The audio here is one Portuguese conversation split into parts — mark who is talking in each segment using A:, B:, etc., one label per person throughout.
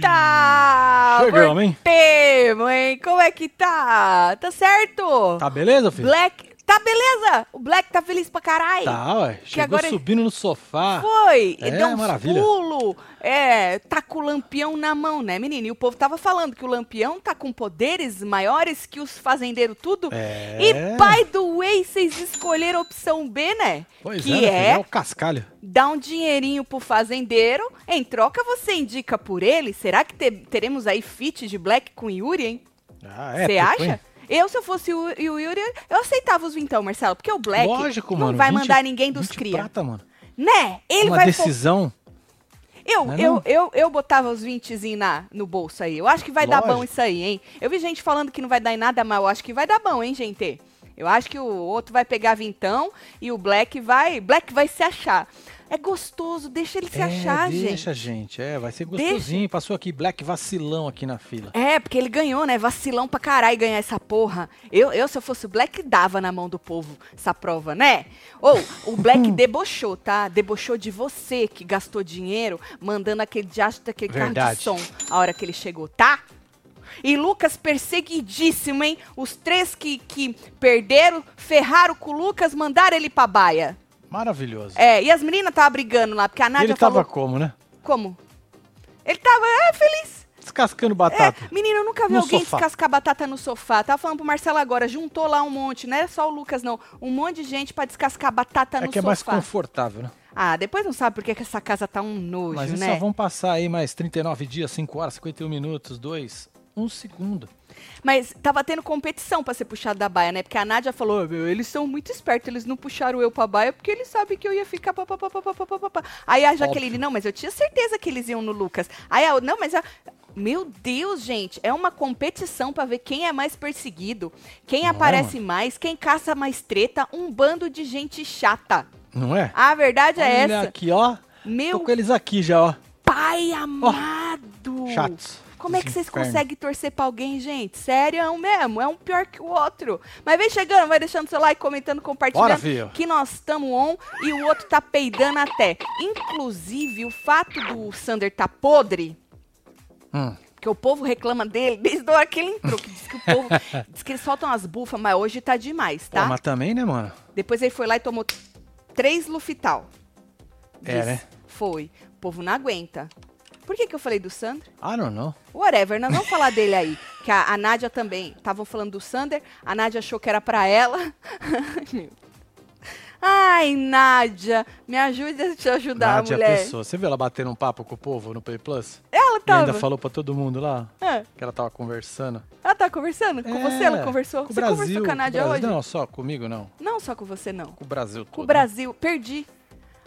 A: Tá programa, hein?
B: Temo, hein? Como é que tá? Tá certo?
A: Tá beleza, filho?
B: Black. Tá beleza? O Black tá feliz pra caralho.
A: Tá, ué. Chegou
B: agora- é
A: subindo no sofá.
B: Foi,
A: É,
B: deu um
A: maravilha.
B: pulo, é, tá com o lampião na mão, né, menino? E o povo tava falando que o lampião tá com poderes maiores que os fazendeiros tudo.
A: É.
B: E, by the way, vocês escolheram a opção B, né?
A: Pois é, né,
B: que
A: filho?
B: é,
A: é o cascalho.
B: dar um dinheirinho pro fazendeiro, em troca você indica por ele. Será que te- teremos aí fit de Black com Yuri, hein?
A: Ah, é
B: Você
A: épico,
B: acha?
A: hein?
B: Eu, se eu fosse o, o Yuri, eu aceitava os então, Marcelo, porque o Black
A: Lógico,
B: não
A: mano.
B: vai
A: 20
B: mandar ninguém dos
A: 20
B: cria.
A: prata, mano.
B: Né? Ele
A: Uma
B: vai fo-
A: decisão.
B: eu,
A: Não é
B: eu,
A: não?
B: eu, eu botava os 20 na no bolso aí. Eu acho que vai dar
A: Lógico.
B: bom isso aí, hein? Eu vi gente falando que não vai dar em nada, mas eu acho que vai dar bom, hein, gente? Eu acho que o outro vai pegar vintão e o Black vai. Black vai se achar. É gostoso, deixa ele se
A: é,
B: achar, gente.
A: deixa, gente. É, vai ser
B: Deixa.
A: gostosinho. Passou aqui, Black vacilão aqui na fila.
B: É, porque ele ganhou, né? Vacilão pra caralho ganhar essa porra. Eu, eu se eu fosse o Black, dava na mão do povo essa prova, né? Ou, o Black
A: Hum.
B: debochou, tá? Debochou de você que gastou dinheiro mandando aquele diacho daquele carro de
A: Verdade.
B: som a hora que ele chegou, tá? E Lucas perseguidíssimo, hein? Os três que, que perderam, ferraram com o Lucas, mandaram ele pra baia.
A: Maravilhoso.
B: É, e as meninas estavam brigando lá, porque a Nádia
A: ele tava
B: falou...
A: como, né?
B: Como? Ele tava é, feliz.
A: Descascando batata.
B: É, menina, eu nunca vi
A: No
B: alguém
A: sofá.
B: descascar batata no sofá. Tava falando pro Marcelo agora, juntou lá um monte, não é só o Lucas, não. Um monte de gente pra descascar batata
A: É
B: tá no
A: que é mais
B: sofá.
A: confortável, né?
B: ah, depois não sabe por que que essa casa tá um nojo,
A: Mas é eles
B: né?
A: só vão passar aí mais 39 dias, 5 horas, 51 minutos, 2, 1 segundo.
B: Mas tava tendo competição pra ser puxado da baia, né? Porque a Nádia falou, "Ô, meu, eles são muito espertos, eles não puxaram eu pra baia porque eles sabem que eu ia ficar... Pá, pá, pá, pá, pá, pá, pá, pá." Aí a Jaqueline, não, mas eu tinha certeza que eles iam no Lucas. Aí a, não, mas... A, meu Deus, gente, é uma competição pra ver quem é mais perseguido, quem
A: Não é,
B: aparece mais, quem caça mais treta, um bando de gente chata.
A: Não é?
B: A verdade é
A: Olha
B: essa.
A: aqui, ó.
B: Meu
A: Tô com eles aqui já, ó.
B: pai amado!
A: Chatos.
B: Como é que
A: Esse
B: vocês
A: inferno.
B: conseguem torcer pra alguém, gente? Sério, é um mesmo, é um pior que o outro. Mas vem chegando, vai deixando seu like, comentando, compartilhando.
A: Bora, filho.
B: que nós estamos on e o outro tá peidando até. Inclusive, o fato do Sander tá podre,
A: Hum.
B: que o povo reclama dele desde a hora que ele entrou. Que diz que o povo. diz que eles soltam as bufas, mas hoje tá demais,
A: Pô,
B: tá?
A: mas também, né, mano?
B: Depois ele foi lá e tomou três Lufital.
A: É, né?
B: Foi. O povo não aguenta. Por que, que eu falei do Sander?
A: I don't know.
B: Whatever, nós vamos falar dele aí. Que a, a Nádia também. Estavam falando do Sander, a Nádia achou que era pra ela. Ai, meu. Ai, Nádia, me ajude a te ajudar,
A: Nádia é
B: mulher.
A: Pessoa. Você viu ela batendo um papo com o povo no Play Plus?
B: Ela
A: E ainda
B: tava.
A: falou pra todo mundo lá
B: Ah,
A: que ela tava conversando.
B: ela tá conversando? Com
A: É,
B: você ela conversou?
A: Com o
B: você
A: Brasil,
B: conversou com a Nádia
A: o Brasil.
B: hoje?
A: Não, só comigo não.
B: Não só com você, não.
A: Com o Brasil todo.
B: Com o Brasil, perdi.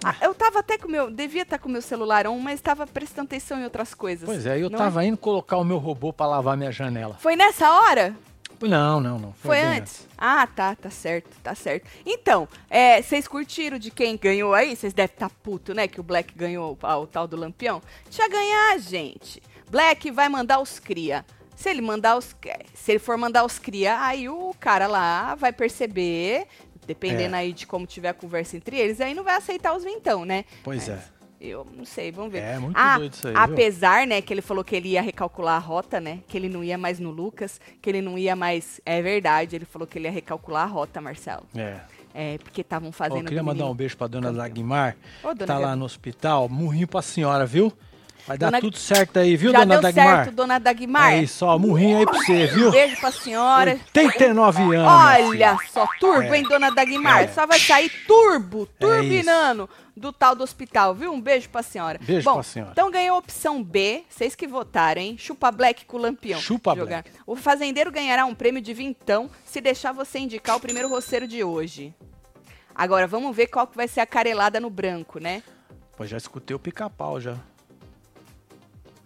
B: Ah, eu tava até com o meu. Devia estar com o meu celular on, mas tava prestando atenção em outras coisas.
A: Pois é, eu
B: não
A: tava indo colocar o meu robô pra lavar minha janela.
B: Foi nessa hora?
A: Não, não, não.
B: Foi
A: bem assim.
B: antes? Ah, tá, tá certo, tá certo. Então, é, vocês curtiram de quem ganhou aí? Vocês devem estar puto, né? Que o Black ganhou o, o tal do Lampião. Deixa eu ganhar, gente. Black vai mandar os cria. Se ele mandar os. é, Se ele for mandar os cria, aí o cara lá vai perceber. Dependendo
A: É.
B: aí de como tiver a conversa entre eles, aí não vai aceitar os vintão, né?
A: Pois
B: Mas Eu não sei, vamos ver.
A: é. É muito
B: Ah,
A: doido isso aí, viu?
B: Apesar, né, que ele falou que ele ia recalcular a rota, né? Que ele não ia mais no Lucas, que ele não ia mais. É verdade, ele falou que ele ia recalcular a rota, Marcelo.
A: É.
B: É, porque estavam
A: Ó,
B: fazendo.
A: eu queria
B: do
A: mandar um
B: menino.
A: beijo pra dona
B: Campeão.
A: Dagmar,
B: Ô,
A: que
B: dona
A: tá lá
B: Dagmar.
A: no hospital. Murrinho pra senhora, viu? Vai dar
B: Dona-
A: tudo certo aí, viu,
B: Já
A: dona
B: deu
A: Dagmar?
B: certo, dona Dagmar.
A: É isso, ó, murrinho aí pra você, viu?
B: Beijo pra senhora.
A: 89 anos. minha filha.
B: Olha só, turbo,
A: É.
B: hein, dona Dagmar?
A: É.
B: Só vai sair turbo,
A: É isso.
B: turbinando do tal do hospital, viu? Um beijo pra senhora.
A: Beijo
B: Bom,
A: pra senhora.
B: Então ganhou a opção B, vocês que votaram, hein? Chupa Black com o Lampião.
A: Chupa
B: O fazendeiro ganhará um prêmio de vintão se deixar você indicar o primeiro roceiro de hoje. Agora, vamos ver qual que vai ser a carelada no branco, né?
A: Pô, já escutei o pica-pau já.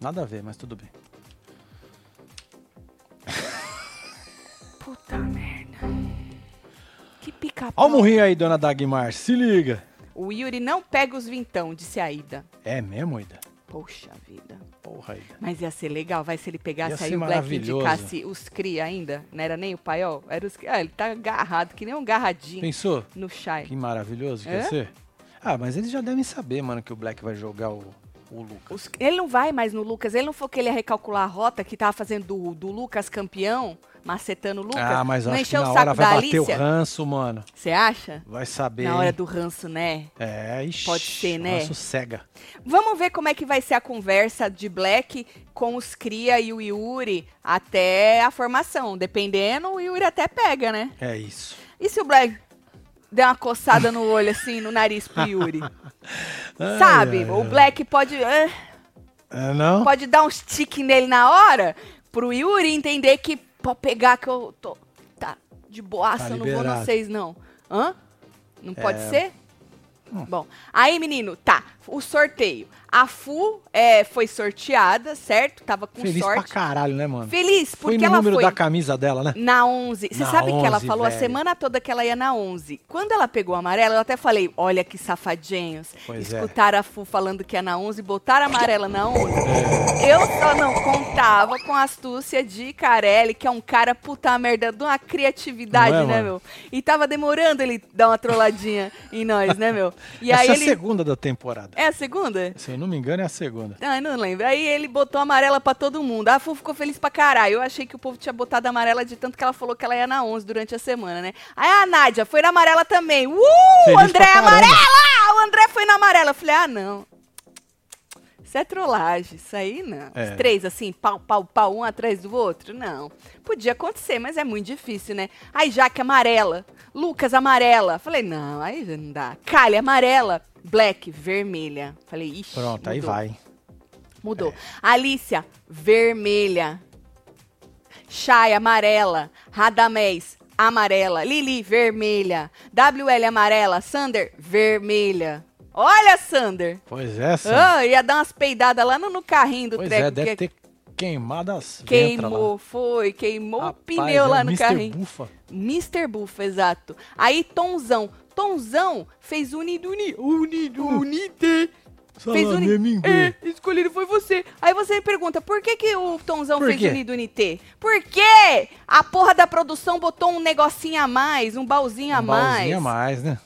A: Nada a ver, mas tudo bem.
B: Puta merda. Que pica-pau.
A: Ó o murrinho aí, dona Dagmar, se liga.
B: O Yuri não pega os vintão, disse a Ida.
A: É mesmo, Ida?
B: Poxa vida.
A: Porra, Ida.
B: Mas ia ser legal, vai se ele
A: Ia
B: pegasse aí
A: ser
B: o Black
A: maravilhoso.
B: indicasse os cria ainda, não era nem o paiol, era os ah, ele tá agarrado, que nem um garradinho
A: Pensou?
B: no chai.
A: Que maravilhoso que
B: É?
A: ia ser. Ah, mas eles já devem saber, mano, que o Black vai jogar o, o Lucas.
B: Os- ele não vai mais no Lucas. Ele não falou que ele ia recalcular a rota que tava fazendo do, do Lucas campeão, macetando o Lucas.
A: ah, mas
B: não
A: acho que
B: encheu
A: na
B: o saco
A: hora vai
B: da
A: bater o
B: Alicia.
A: ranço, mano.
B: Você acha?
A: Vai saber.
B: Na hora
A: hein?
B: do ranço, né?
A: É, ixi,
B: Pode ser,
A: o
B: né?
A: ranço cega.
B: Vamos ver como é que vai ser a conversa de Black com os Cria e o Yuri até a formação. Dependendo, o Yuri até pega, né?
A: É isso.
B: E se o Black der uma coçada no olho, assim, no nariz pro Yuri?
A: Ai,
B: Sabe?
A: ai,
B: O
A: ai.
B: Black pode, eh,
A: É, não?
B: pode dar uns tique nele na hora pro Yuri entender que pode pegar que eu tô. Tá de boaça,
A: Tá
B: eu não vou
A: liberado. É.
B: nos seis, não. Hã? Não pode ser?
A: Hum.
B: Bom, aí, menino, tá. O sorteio. A Fu eh, foi sorteada, certo? Tava com
A: Feliz pra
B: sorte.
A: caralho, né, mano?
B: Feliz,
A: foi
B: porque
A: no
B: ela
A: número
B: foi.
A: da camisa dela, né?
B: Na 11. Você
A: Na
B: sabe que ela
A: 11,
B: falou a
A: velho.
B: semana toda que ela ia na 11. Quando ela pegou a amarela, eu até falei: olha que safadinhos.
A: Pois é.
B: Escutaram a Fu falando que ia na 11 e botaram a amarela na 11. Eu só não contava com a astúcia de Carelli, que é um cara puta merda de uma criatividade,
A: Não é,
B: né,
A: mano?
B: meu? E tava demorando ele dar uma trolladinha em nós, né, meu? E
A: Essa
B: aí
A: é a
B: ele.
A: segunda da temporada.
B: É a segunda?
A: Se eu não me engano, é a segunda.
B: Ah, não lembro. Aí ele botou amarela pra todo mundo. A Fu ficou feliz pra caralho. Eu achei que o povo tinha botado amarela de tanto que ela falou que ela ia na 11 durante a semana, né? Aí a Nádia foi na amarela também. Uh, o
A: Feliz
B: André
A: pra
B: é
A: caramba.
B: amarela! O André foi na amarela. Eu falei, ah, não. Isso é trollagem, isso aí não.
A: É.
B: Os três, assim, pau, pau, pau, um atrás do outro, não. Podia acontecer, mas é muito difícil, né? Aí Jaque amarela, Lucas amarela. Falei, não, aí já não dá. Kali amarela, Black vermelha. Falei, ixi.
A: Pronto, aí
B: mudou.
A: vai. hein?
B: Mudou. Alícia, vermelha. Chay, amarela. Radamés, amarela. Lili, vermelha. WL, amarela. Sander, vermelha. Olha, Sander!
A: Pois é, Sam.
B: Ah, ia dar umas peidadas lá no, no carrinho do
A: Pois
B: treco.
A: é, deve
B: que
A: ter queimado as
B: Queimou, foi, queimou o pneu lá no carrinho.
A: é Bufa.
B: Mr. Bufa, exato. Aí, Tonzão. Tonzão fez uniduni, unidunite.
A: Tá
B: Fez uni- É, escolhido foi você. Aí você me pergunta, por que, que o Tonzão
A: Por
B: fez
A: quê?
B: Unido NT? Por quê? A porra da produção botou um negocinho a mais, um baúzinho a mais.
A: a mais, né?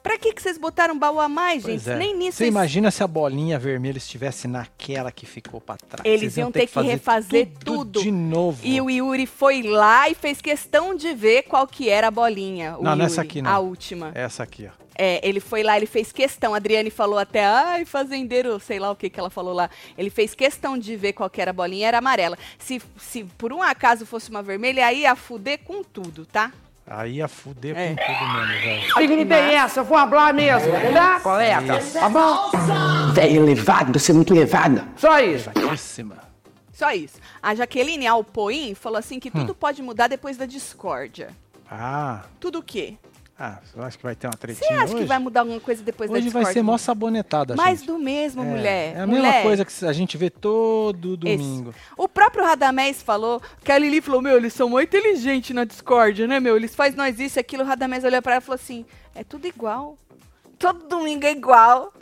B: Pra que, que vocês botaram um baú a mais, gente?
A: Pois é.
B: Nem nisso
A: Você
B: vocês-
A: imagina se a bolinha vermelha estivesse naquela que ficou pra trás.
B: Eles
A: Vocês
B: iam ter que refazer tudo.
A: de novo.
B: E o Yuri foi lá e fez questão de ver qual que era a bolinha. O
A: Não,
B: Yuri,
A: nessa aqui não.
B: A última.
A: Essa aqui, ó.
B: É, ele foi lá, ele fez questão. A Adriane falou até, ai, fazendeiro, sei lá o que que ela falou lá. Ele fez questão de ver qual que era a bolinha, era amarela. Se, se por um acaso fosse uma vermelha, aí ia fuder com tudo, tá?
A: Aí ia fuder
B: É.
A: com tudo mesmo, velho.
C: Dignidade é essa, eu vou falar mesmo, tá? Colega, tá bom?
D: Velho levado, você é muito levado.
C: Só isso.
A: Fraquíssima.
B: Só isso. A Jaqueline Alpoim falou assim
A: Hum.
B: que tudo pode mudar depois da discórdia.
A: Ah,
B: Tudo o quê?
A: ah, você acha que vai ter uma
B: Você
A: tretinha
B: acha
A: hoje?
B: que vai mudar alguma coisa depois
A: Hoje
B: da
A: vai
B: discórdia?
A: ser mó sabonetada,
B: Mais
A: gente.
B: do mesmo,
A: É,
B: mulher.
A: É a
B: mulher.
A: mesma coisa que a gente vê todo
B: Esse.
A: domingo.
B: O próprio Radamés falou que a Lili falou: Meu, eles são muito inteligentes na discórdia, né, meu? Eles fazem nós isso e aquilo. O Radamés olhou pra ela e falou assim: É tudo igual. Todo domingo é igual.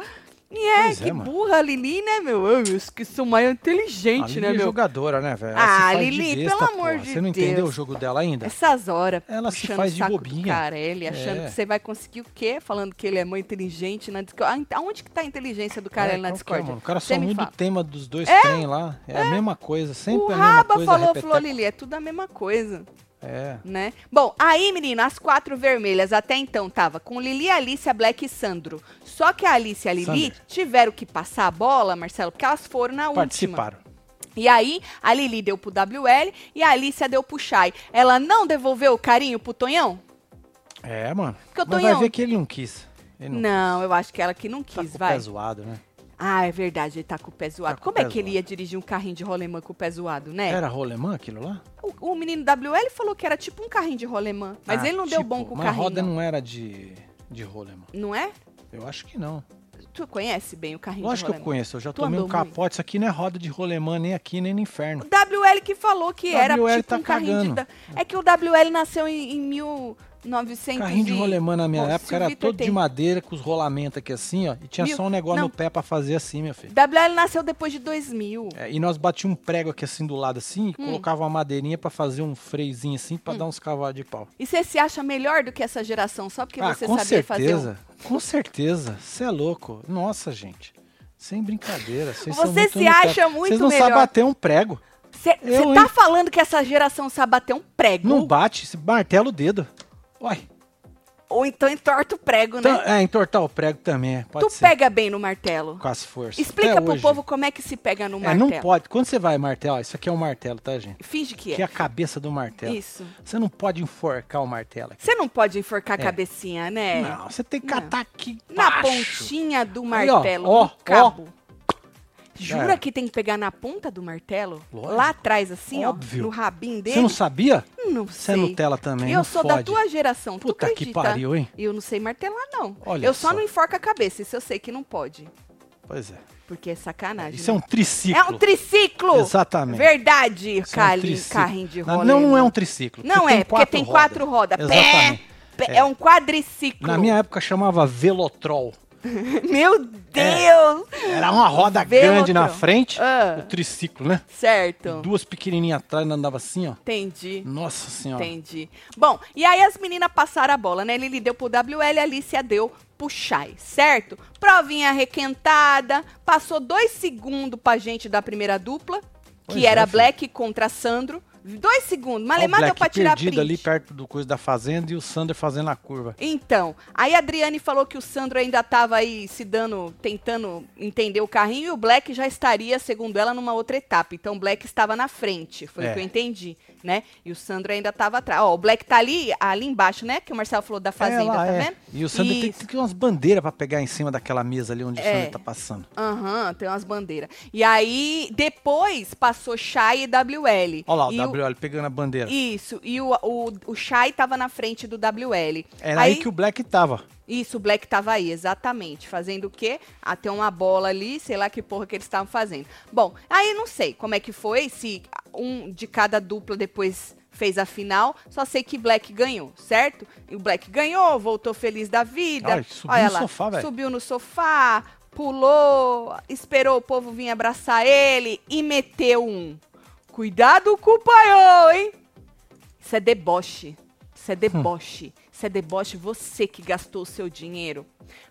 B: E é,
A: Pois é,
B: que
A: mano.
B: burra a Lili, né, meu? Ai, Meus que são mais
A: A
B: inteligentes,
A: Lili
B: né,
A: é
B: meu?
A: jogadora, né, velho? Ela
B: Ah,
A: se faz de
B: Lili,
A: besta,
B: pelo amor
A: porra.
B: de
A: Você não entendeu
B: Deus.
A: o jogo dela ainda?
B: Essas horas,
A: Ela se
B: puxando
A: faz
B: o
A: de
B: saco do
A: bobinha.
B: Carelli, achando
A: É.
B: que você vai conseguir o quê? Falando que ele é muito inteligente na discórdia. Ah, Aonde que tá a inteligência do Carelli
A: É,
B: na
A: qual que é,
B: discórdia?
A: mano? O cara
B: Você
A: só
B: me
A: muda o
B: fala.
A: tema dos dois trem lá. É, a mesma coisa, sempre
B: O
A: a mesma
B: Raba
A: coisa.
B: falou,
A: repeteco.
B: falou, Lili, é tudo a mesma coisa.
A: É.
B: né? Bom, aí, menina, as quatro vermelhas até então tava com Lili, Alicia, Black e Sandro. Só que a Alicia e a Lili
A: Sandra.
B: tiveram que passar a bola, Marcelo, porque elas foram na última.
A: Participaram.
B: E aí, a Lili deu pro WL e a Alicia deu pro Chay. Ela não devolveu o carinho pro Tonhão?
A: É, mano.
B: Porque o
A: Mas
B: Tonhão-
A: vai ver que ele não quis. Ele não,
B: Não, eu acho que ela que não
A: tá
B: quis,
A: com o
B: vai.
A: pé zoado, né?
B: Ah, é verdade, ele tá com o pé zoado.
A: com o
B: Como é
A: pé
B: que ele
A: zoado. É.
B: ia dirigir um carrinho de rolemã com o pé zoado, né?
A: Era rolemã aquilo lá?
B: O, o menino WL falou que era tipo um carrinho de rolemã, mas
A: Ah,
B: ele não deu
A: tipo,
B: bom com o
A: mas
B: carrinho.
A: a roda
B: não.
A: não era de, de rolemã.
B: não é?
A: Eu acho que não.
B: Tu conhece bem o carrinho de
A: Lógico que eu
B: rolemã?
A: conheço. Eu já
B: Tu
A: tomei um
B: andou muito?
A: capote. Isso aqui não é roda de rolemã, nem aqui, nem no inferno.
B: O WL que falou que era
A: WL
B: tipo
A: tá
B: um carrinho de...
A: cagando.
B: da- É que o WL nasceu em, em 1900
A: Carrinho de
B: e-
A: rolemã na minha
B: Bom, se
A: época
B: o
A: era
B: Vitor
A: todo
B: tem-
A: de madeira, com os rolamentos aqui assim, ó. E tinha
B: Mil-
A: só um negócio
B: não.
A: no pé pra fazer assim, minha filha.
B: WL nasceu depois de 2000.
A: É, e nós batíamos um prego aqui assim do lado assim
B: Hum.
A: e colocava uma madeirinha pra fazer um freizinho assim pra dar uns cavalos de pau.
B: E você se acha melhor do que essa geração só porque
A: ah,
B: você
A: com
B: sabia fazer um-
A: certeza. Com certeza. Você é louco. Nossa, gente. Sem brincadeira. Vocês
B: Você
A: são muito
B: se
A: limitados.
B: acha muito
A: Vocês não
B: melhor.
A: sabem bater um prego.
B: Você
A: Eu,
B: tá
A: hein?
B: falando que essa geração sabe bater um prego?
A: Não bate, se martela o dedo. Uai.
B: Ou então entorta o prego,
A: Então,
B: né?
A: é, entortar o prego também, é, pode
B: Tu
A: ser.
B: pega bem no martelo.
A: Com as forças.
B: Explica
A: Até
B: pro
A: hoje.
B: povo como é que se pega no
A: É,
B: martelo.
A: não pode. Quando você vai martelo, isso aqui é um martelo, tá, gente?
B: Finge que é.
A: Que é a cabeça do martelo.
B: Isso.
A: Você não pode enforcar o martelo aqui.
B: Você não pode enforcar a
A: É.
B: cabecinha, né?
A: Não, você tem que
B: Não.
A: catar aqui
B: Na
A: baixo.
B: pontinha do
A: Aí, ó,
B: martelo,
A: ó,
B: no cabo. Jura
A: Já era.
B: que tem que pegar na ponta do martelo?
A: Lógico.
B: Lá atrás, assim,
A: Óbvio.
B: ó, no rabinho dele?
A: Você não sabia?
B: Não
A: Você é
B: sei.
A: Nutella também,
B: Eu
A: não
B: sou da
A: fode.
B: tua geração, tu
A: Puta que
B: acredita?
A: pariu, hein?
B: Eu não sei martelar, não.
A: Olha
B: eu só,
A: só.
B: não enforco a cabeça, isso eu sei que não pode.
A: Pois é.
B: Porque é sacanagem.
A: Isso é um
B: né?
A: triciclo.
B: É um triciclo!
A: Exatamente.
B: Verdade,
A: Isso é um
B: Cali,
A: triciclo.
B: carrinho de
A: Na-
B: roda. né?
A: Não, não é um triciclo.
B: Não é, porque tem quatro rodas.
A: Exatamente.
B: Pé, pé, é. um quadriciclo.
A: Na minha É. época chamava velotrol.
B: Meu Deus!
A: Era uma roda
B: Velotrol.
A: grande na frente,
B: Ah. Então.
A: o triciclo, né?
B: Certo.
A: Duas pequenininhas atrás, não andava assim, ó.
B: Entendi.
A: Nossa senhora.
B: Entendi. Bom, e aí as meninas passaram a bola, né? Lili deu pro WL, a Alicia deu pro Chai, certo? Provinha requentada, passou dois segundos pra gente da primeira dupla,
A: Pois
B: que
A: é,
B: era
A: filho.
B: Black contra Sandro. Dois segundos,
A: Ó, o
B: Malemar deu
A: Black
B: pra tirar
A: perdido
B: print.
A: ali perto do coisa da fazenda e o Sander fazendo a curva.
B: Então, aí a Adriane falou que o Sandro ainda tava aí se dando, tentando entender o carrinho e o Black já estaria, segundo ela, numa outra etapa. Então o Black estava na frente, foi o
A: É.
B: que eu entendi, né? E o Sandro ainda tava atrás. Ó, o Black tá ali, ali embaixo, né? Que o Marcelo falou da fazenda,
A: É, lá,
B: tá
A: é.
B: vendo?
A: E o Sander tem,
B: Isso.
A: tem que ter umas bandeiras pra pegar em cima daquela mesa ali onde o
B: É.
A: Sander tá passando.
B: Aham, tem umas bandeiras. E aí, depois passou Shai e WL.
A: Olha lá,
B: e
A: o WL pegando a bandeira.
B: Isso, e o, o, o Shai tava na frente do WL.
A: Era É aí, que o Black tava.
B: Isso, o Black tava aí, exatamente. Fazendo o quê? Até uma bola ali, sei lá que porra que eles estavam fazendo. Bom, aí não sei como é que foi, se um de cada dupla depois fez a final, só sei que Black ganhou, certo? E o Black ganhou, voltou feliz da vida.
A: Ai, subiu no sofá, velho.
B: Subiu no sofá, pulou, esperou o povo vir abraçar ele e meteu um. Cuidado com o paiô, hein? Isso é deboche.
A: Hum.
B: Isso é deboche. Isso é deboche. Você que gastou o seu dinheiro.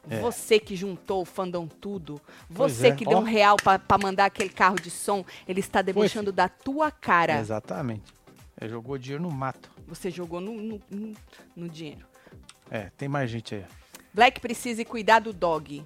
B: Você que juntou o fandom tudo.
A: É. Pois
B: Você
A: é.
B: que
A: Ó.
B: deu um real pra pra mandar aquele carro de som. Ele está debochando da tua cara.
A: Exatamente. Ele jogou dinheiro no mato.
B: Você jogou no, no- no- no dinheiro.
A: É, tem mais gente aí.
B: Black precisa ir cuidar do dog.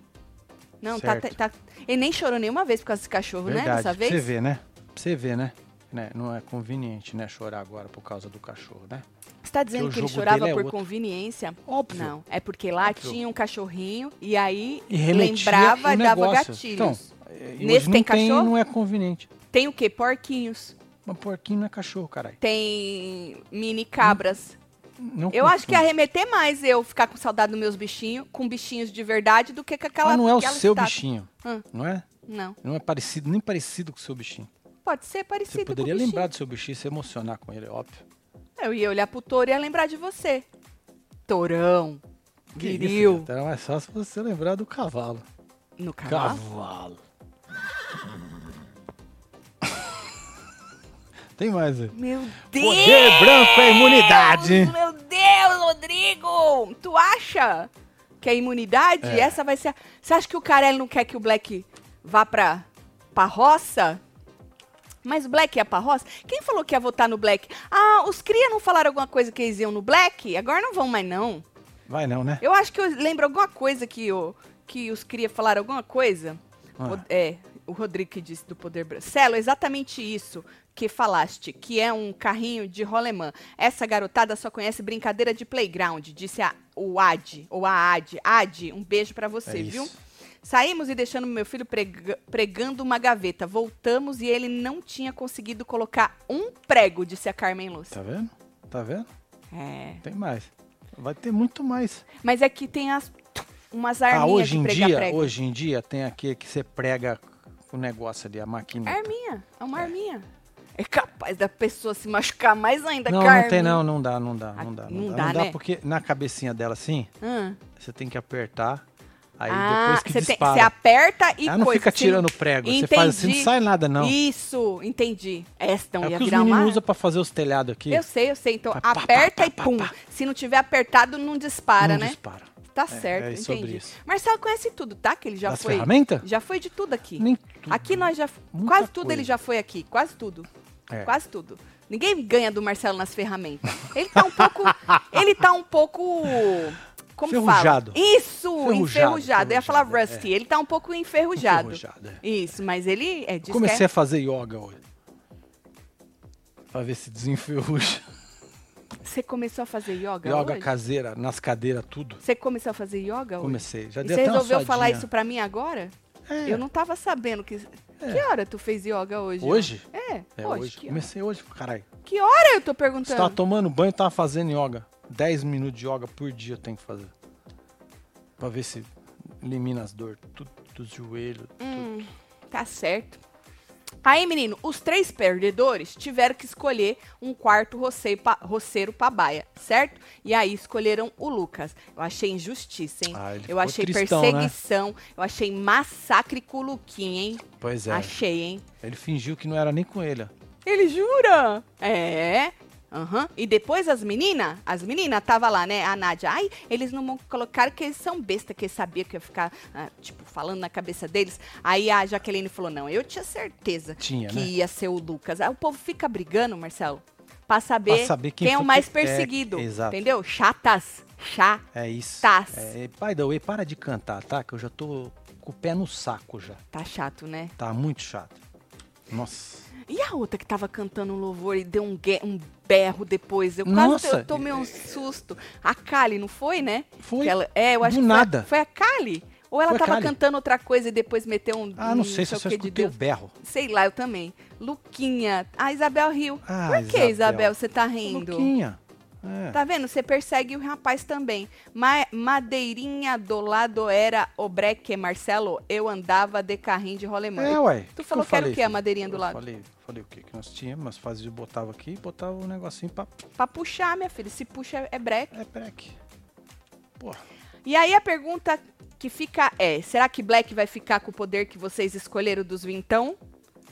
B: Não, tá,
A: Certo.
B: tá- tá- Ele nem chorou nenhuma vez por causa desse cachorro, né?
A: Verdade.
B: Dessa
A: Pra
B: vez.
A: você ver, né? Pra você ver, né? Né, Não é conveniente, né? Chorar agora por causa do cachorro, né?
B: Você tá dizendo
A: o
B: que ele
A: jogo
B: chorava
A: dele é
B: por
A: outro.
B: conveniência?
A: Óbvio.
B: Não, é porque lá
A: Óbvio.
B: tinha um cachorrinho e aí
A: E remetia
B: lembrava
A: o
B: e dava
A: negócio.
B: gatilhos.
A: Então, é,
B: Nesse
A: e
B: tem
A: hoje não tem,
B: cachorro?
A: não é conveniente.
B: Tem o quê? Porquinhos.
A: Mas porquinho não é cachorro, caralho.
B: Tem mini cabras.
A: Não
B: Eu acho que
A: confunde.
B: arremeter mais eu ficar com saudade dos meus bichinhos, com bichinhos de verdade, do que com aquela.
A: Mas não é o
B: aquela
A: seu
B: estátua.
A: bichinho,
B: Hum.
A: não é?
B: Não.
A: Não é parecido, nem parecido com o seu bichinho.
B: Pode ser parecido
A: Você poderia
B: com o bichinho.
A: lembrar do seu bichinho e se emocionar com ele, óbvio.
B: Eu ia olhar pro touro e ia lembrar de você. Tourão.
A: Que isso, Então,
B: Guiril.
A: Beto, Era mais fácil você lembrar do cavalo.
B: No cavalo.
A: Cavalo. Tem mais aí.
B: Meu Deus!
A: Poder branco é imunidade.
B: Meu Deus, Rodrigo! Tu acha que a imunidade, essa vai ser a... Você acha que o Carelli não quer que o Black vá pra, pra roça? Mas o Black ia pra roça? Quem falou que ia votar no Black? Ah, os cria não falaram alguma coisa que eles iam no Black? Agora não vão mais, não.
A: Vai não, né?
B: Eu acho que eu lembro alguma coisa que, o, que os cria falaram alguma coisa.
A: Ah.
B: O- é, o Rodrigo que disse do poder branco. Celo, exatamente isso que falaste, que é um carrinho de rolemã. Essa garotada só conhece brincadeira de playground, disse a, o Ad, ou a Ad. Ad, um beijo pra você,
A: É isso.
B: viu? Saímos e deixando meu filho prega- pregando uma gaveta. Voltamos e ele não tinha conseguido colocar um prego, disse a Carmen Luz.
A: Tá vendo? Tá vendo?
B: É.
A: Tem mais. Vai ter muito mais.
B: Mas aqui tem as, umas
A: Ah,
B: arminhas
A: hoje
B: de
A: em
B: pregar
A: dia,
B: prego.
A: hoje em dia tem aqui que você prega o negócio ali, a maquinha.
B: Arminha, é uma arminha. É capaz da pessoa se machucar mais ainda,
A: Não,
B: Carmen.
A: não tem não, não dá, não dá,
B: Ah,
A: não dá.
B: não
A: Não, dá,
B: dá,
A: não
B: né?
A: dá porque na cabecinha dela assim,
B: Hã?
A: você tem que apertar, aí
B: ah,
A: depois que
B: você tem-
A: dispara.
B: você aperta e
A: Ela não
B: coisa,
A: fica
B: sim.
A: tirando prego, você faz assim,
B: Entendi.
A: não sai nada não.
B: Isso, entendi. Esta não
A: É o
B: ia
A: que os
B: virar uma...
A: meninos usam pra fazer os telhados aqui.
B: Eu sei, eu sei. Então
A: Pá, pá, pá,
B: aperta
A: pá,
B: e
A: pá,
B: pum.
A: pá.
B: Se não tiver apertado, não dispara,
A: não
B: né?
A: dispara.
B: Tá certo,
A: é
B: entendi.
A: sobre isso.
B: Marcelo conhece tudo, tá? Que ele já
A: Das
B: foi.
A: ferramentas?
B: Já foi de tudo aqui.
A: Nem tudo.
B: Aqui nós já.
A: Muita
B: quase tudo
A: coisa.
B: ele já foi aqui. Quase tudo.
A: É.
B: Quase tudo. Ninguém ganha do Marcelo nas ferramentas. Ele tá um pouco. ele tá um pouco. Como
A: Ferrujado.
B: fala? Isso!
A: Ferrujado,
B: Enferrujado. Eu ia
A: ferrujado,
B: falar
A: é.
B: rusty. Ele tá um pouco enferrujado.
A: Enferrujado, é.
B: Isso, mas ele é
A: Eu
B: diz que
A: Comecei
B: é-
A: a fazer yoga hoje. Pra ver se desenferruja.
B: Você começou a fazer yoga?
A: Yoga
B: hoje?
A: caseira, nas cadeiras, tudo.
B: Você começou a fazer yoga? hoje?
A: Comecei. Já
B: E
A: dei
B: você
A: até uma
B: resolveu falar
A: suadinha.
B: isso pra mim agora?
A: É.
B: Eu não tava sabendo que. Que hora tu fez yoga hoje?
A: Hoje?
B: É,
A: É
B: hoje.
A: hoje.
B: Que, hora?
A: Comecei hoje, caralho.
B: Que hora eu tô
A: Você tava
B: perguntando?
A: tomando banho e tava fazendo yoga. 10 minutos de yoga por dia eu tenho que fazer. Pra ver se elimina as dores. Tudo dos joelhos. tudo.
B: Tá certo. Aí, menino, os três perdedores tiveram que escolher um quarto roceiro pa, roceiro pra baia, certo? E aí escolheram o Lucas. Eu achei injustiça, hein?
A: Ah, ele
B: eu
A: ficou
B: achei
A: tristão, né?
B: perseguição, eu achei massacre com o Luquinha, hein?
A: Pois é.
B: Achei, hein?
A: Ele fingiu que não era nem com ele. ó.
B: Ele jura? É. Aham. E depois as meninas, as meninas tava lá, né? A Nádia, ai, eles não vão colocar que eles são besta, que eles sabiam que eu ia ficar, ah, tipo, falando na cabeça deles. Aí a Jaqueline falou, não, eu tinha certeza
A: Tinha,
B: que
A: né?
B: ia ser o Lucas. Aí o povo fica brigando, Marcelo, pra saber,
A: Pra saber
B: quem,
A: quem
B: é o
A: foi
B: mais
A: que- é,
B: perseguido,
A: exato.
B: entendeu? Chatas, chatas.
A: É isso.
B: Tás.
A: É, by the way, para de cantar, tá? Que eu já tô com o pé no saco já.
B: Tá chato, né?
A: Tá muito chato. Nossa.
B: E a outra que tava cantando um louvor e deu um, gue- um berro depois? Eu quase
A: Nossa!
B: eu tomei um susto. A Kali, não foi, né?
A: Foi.
B: Que ela- é, eu acho
A: Do
B: que foi a-
A: nada.
B: Foi, a Kali? Ou ela
A: Foi a
B: tava
A: Kali.
B: cantando outra coisa e depois meteu um.
A: Ah,
B: um
A: não sei se
B: o
A: eu só
B: quê de
A: escutei o
B: Deus?
A: berro.
B: Sei lá, eu também. Luquinha. Ah, Isabel riu.
A: Ah,
B: Por que,
A: Isabel.
B: Isabel, você tá rindo?
A: Luquinha. É.
B: Tá vendo? Você persegue o rapaz também. Ma- madeirinha do lado era o breque, Marcelo. Eu andava de carrinho de rolemã.
A: É, ué.
B: Tu falou
A: eu
B: que era o
A: falei,
B: quê, a
A: filho?
B: madeirinha do
A: Eu
B: lado?
A: Falei, falei o quê? Que nós tínhamos, nós fazia, botava aqui e botava um negocinho pra.
B: Pra puxar, minha filha. Se puxa, é- é breque.
A: É breque. Porra.
B: E aí a pergunta que fica é: será que Black vai ficar com o poder que vocês escolheram dos vintão?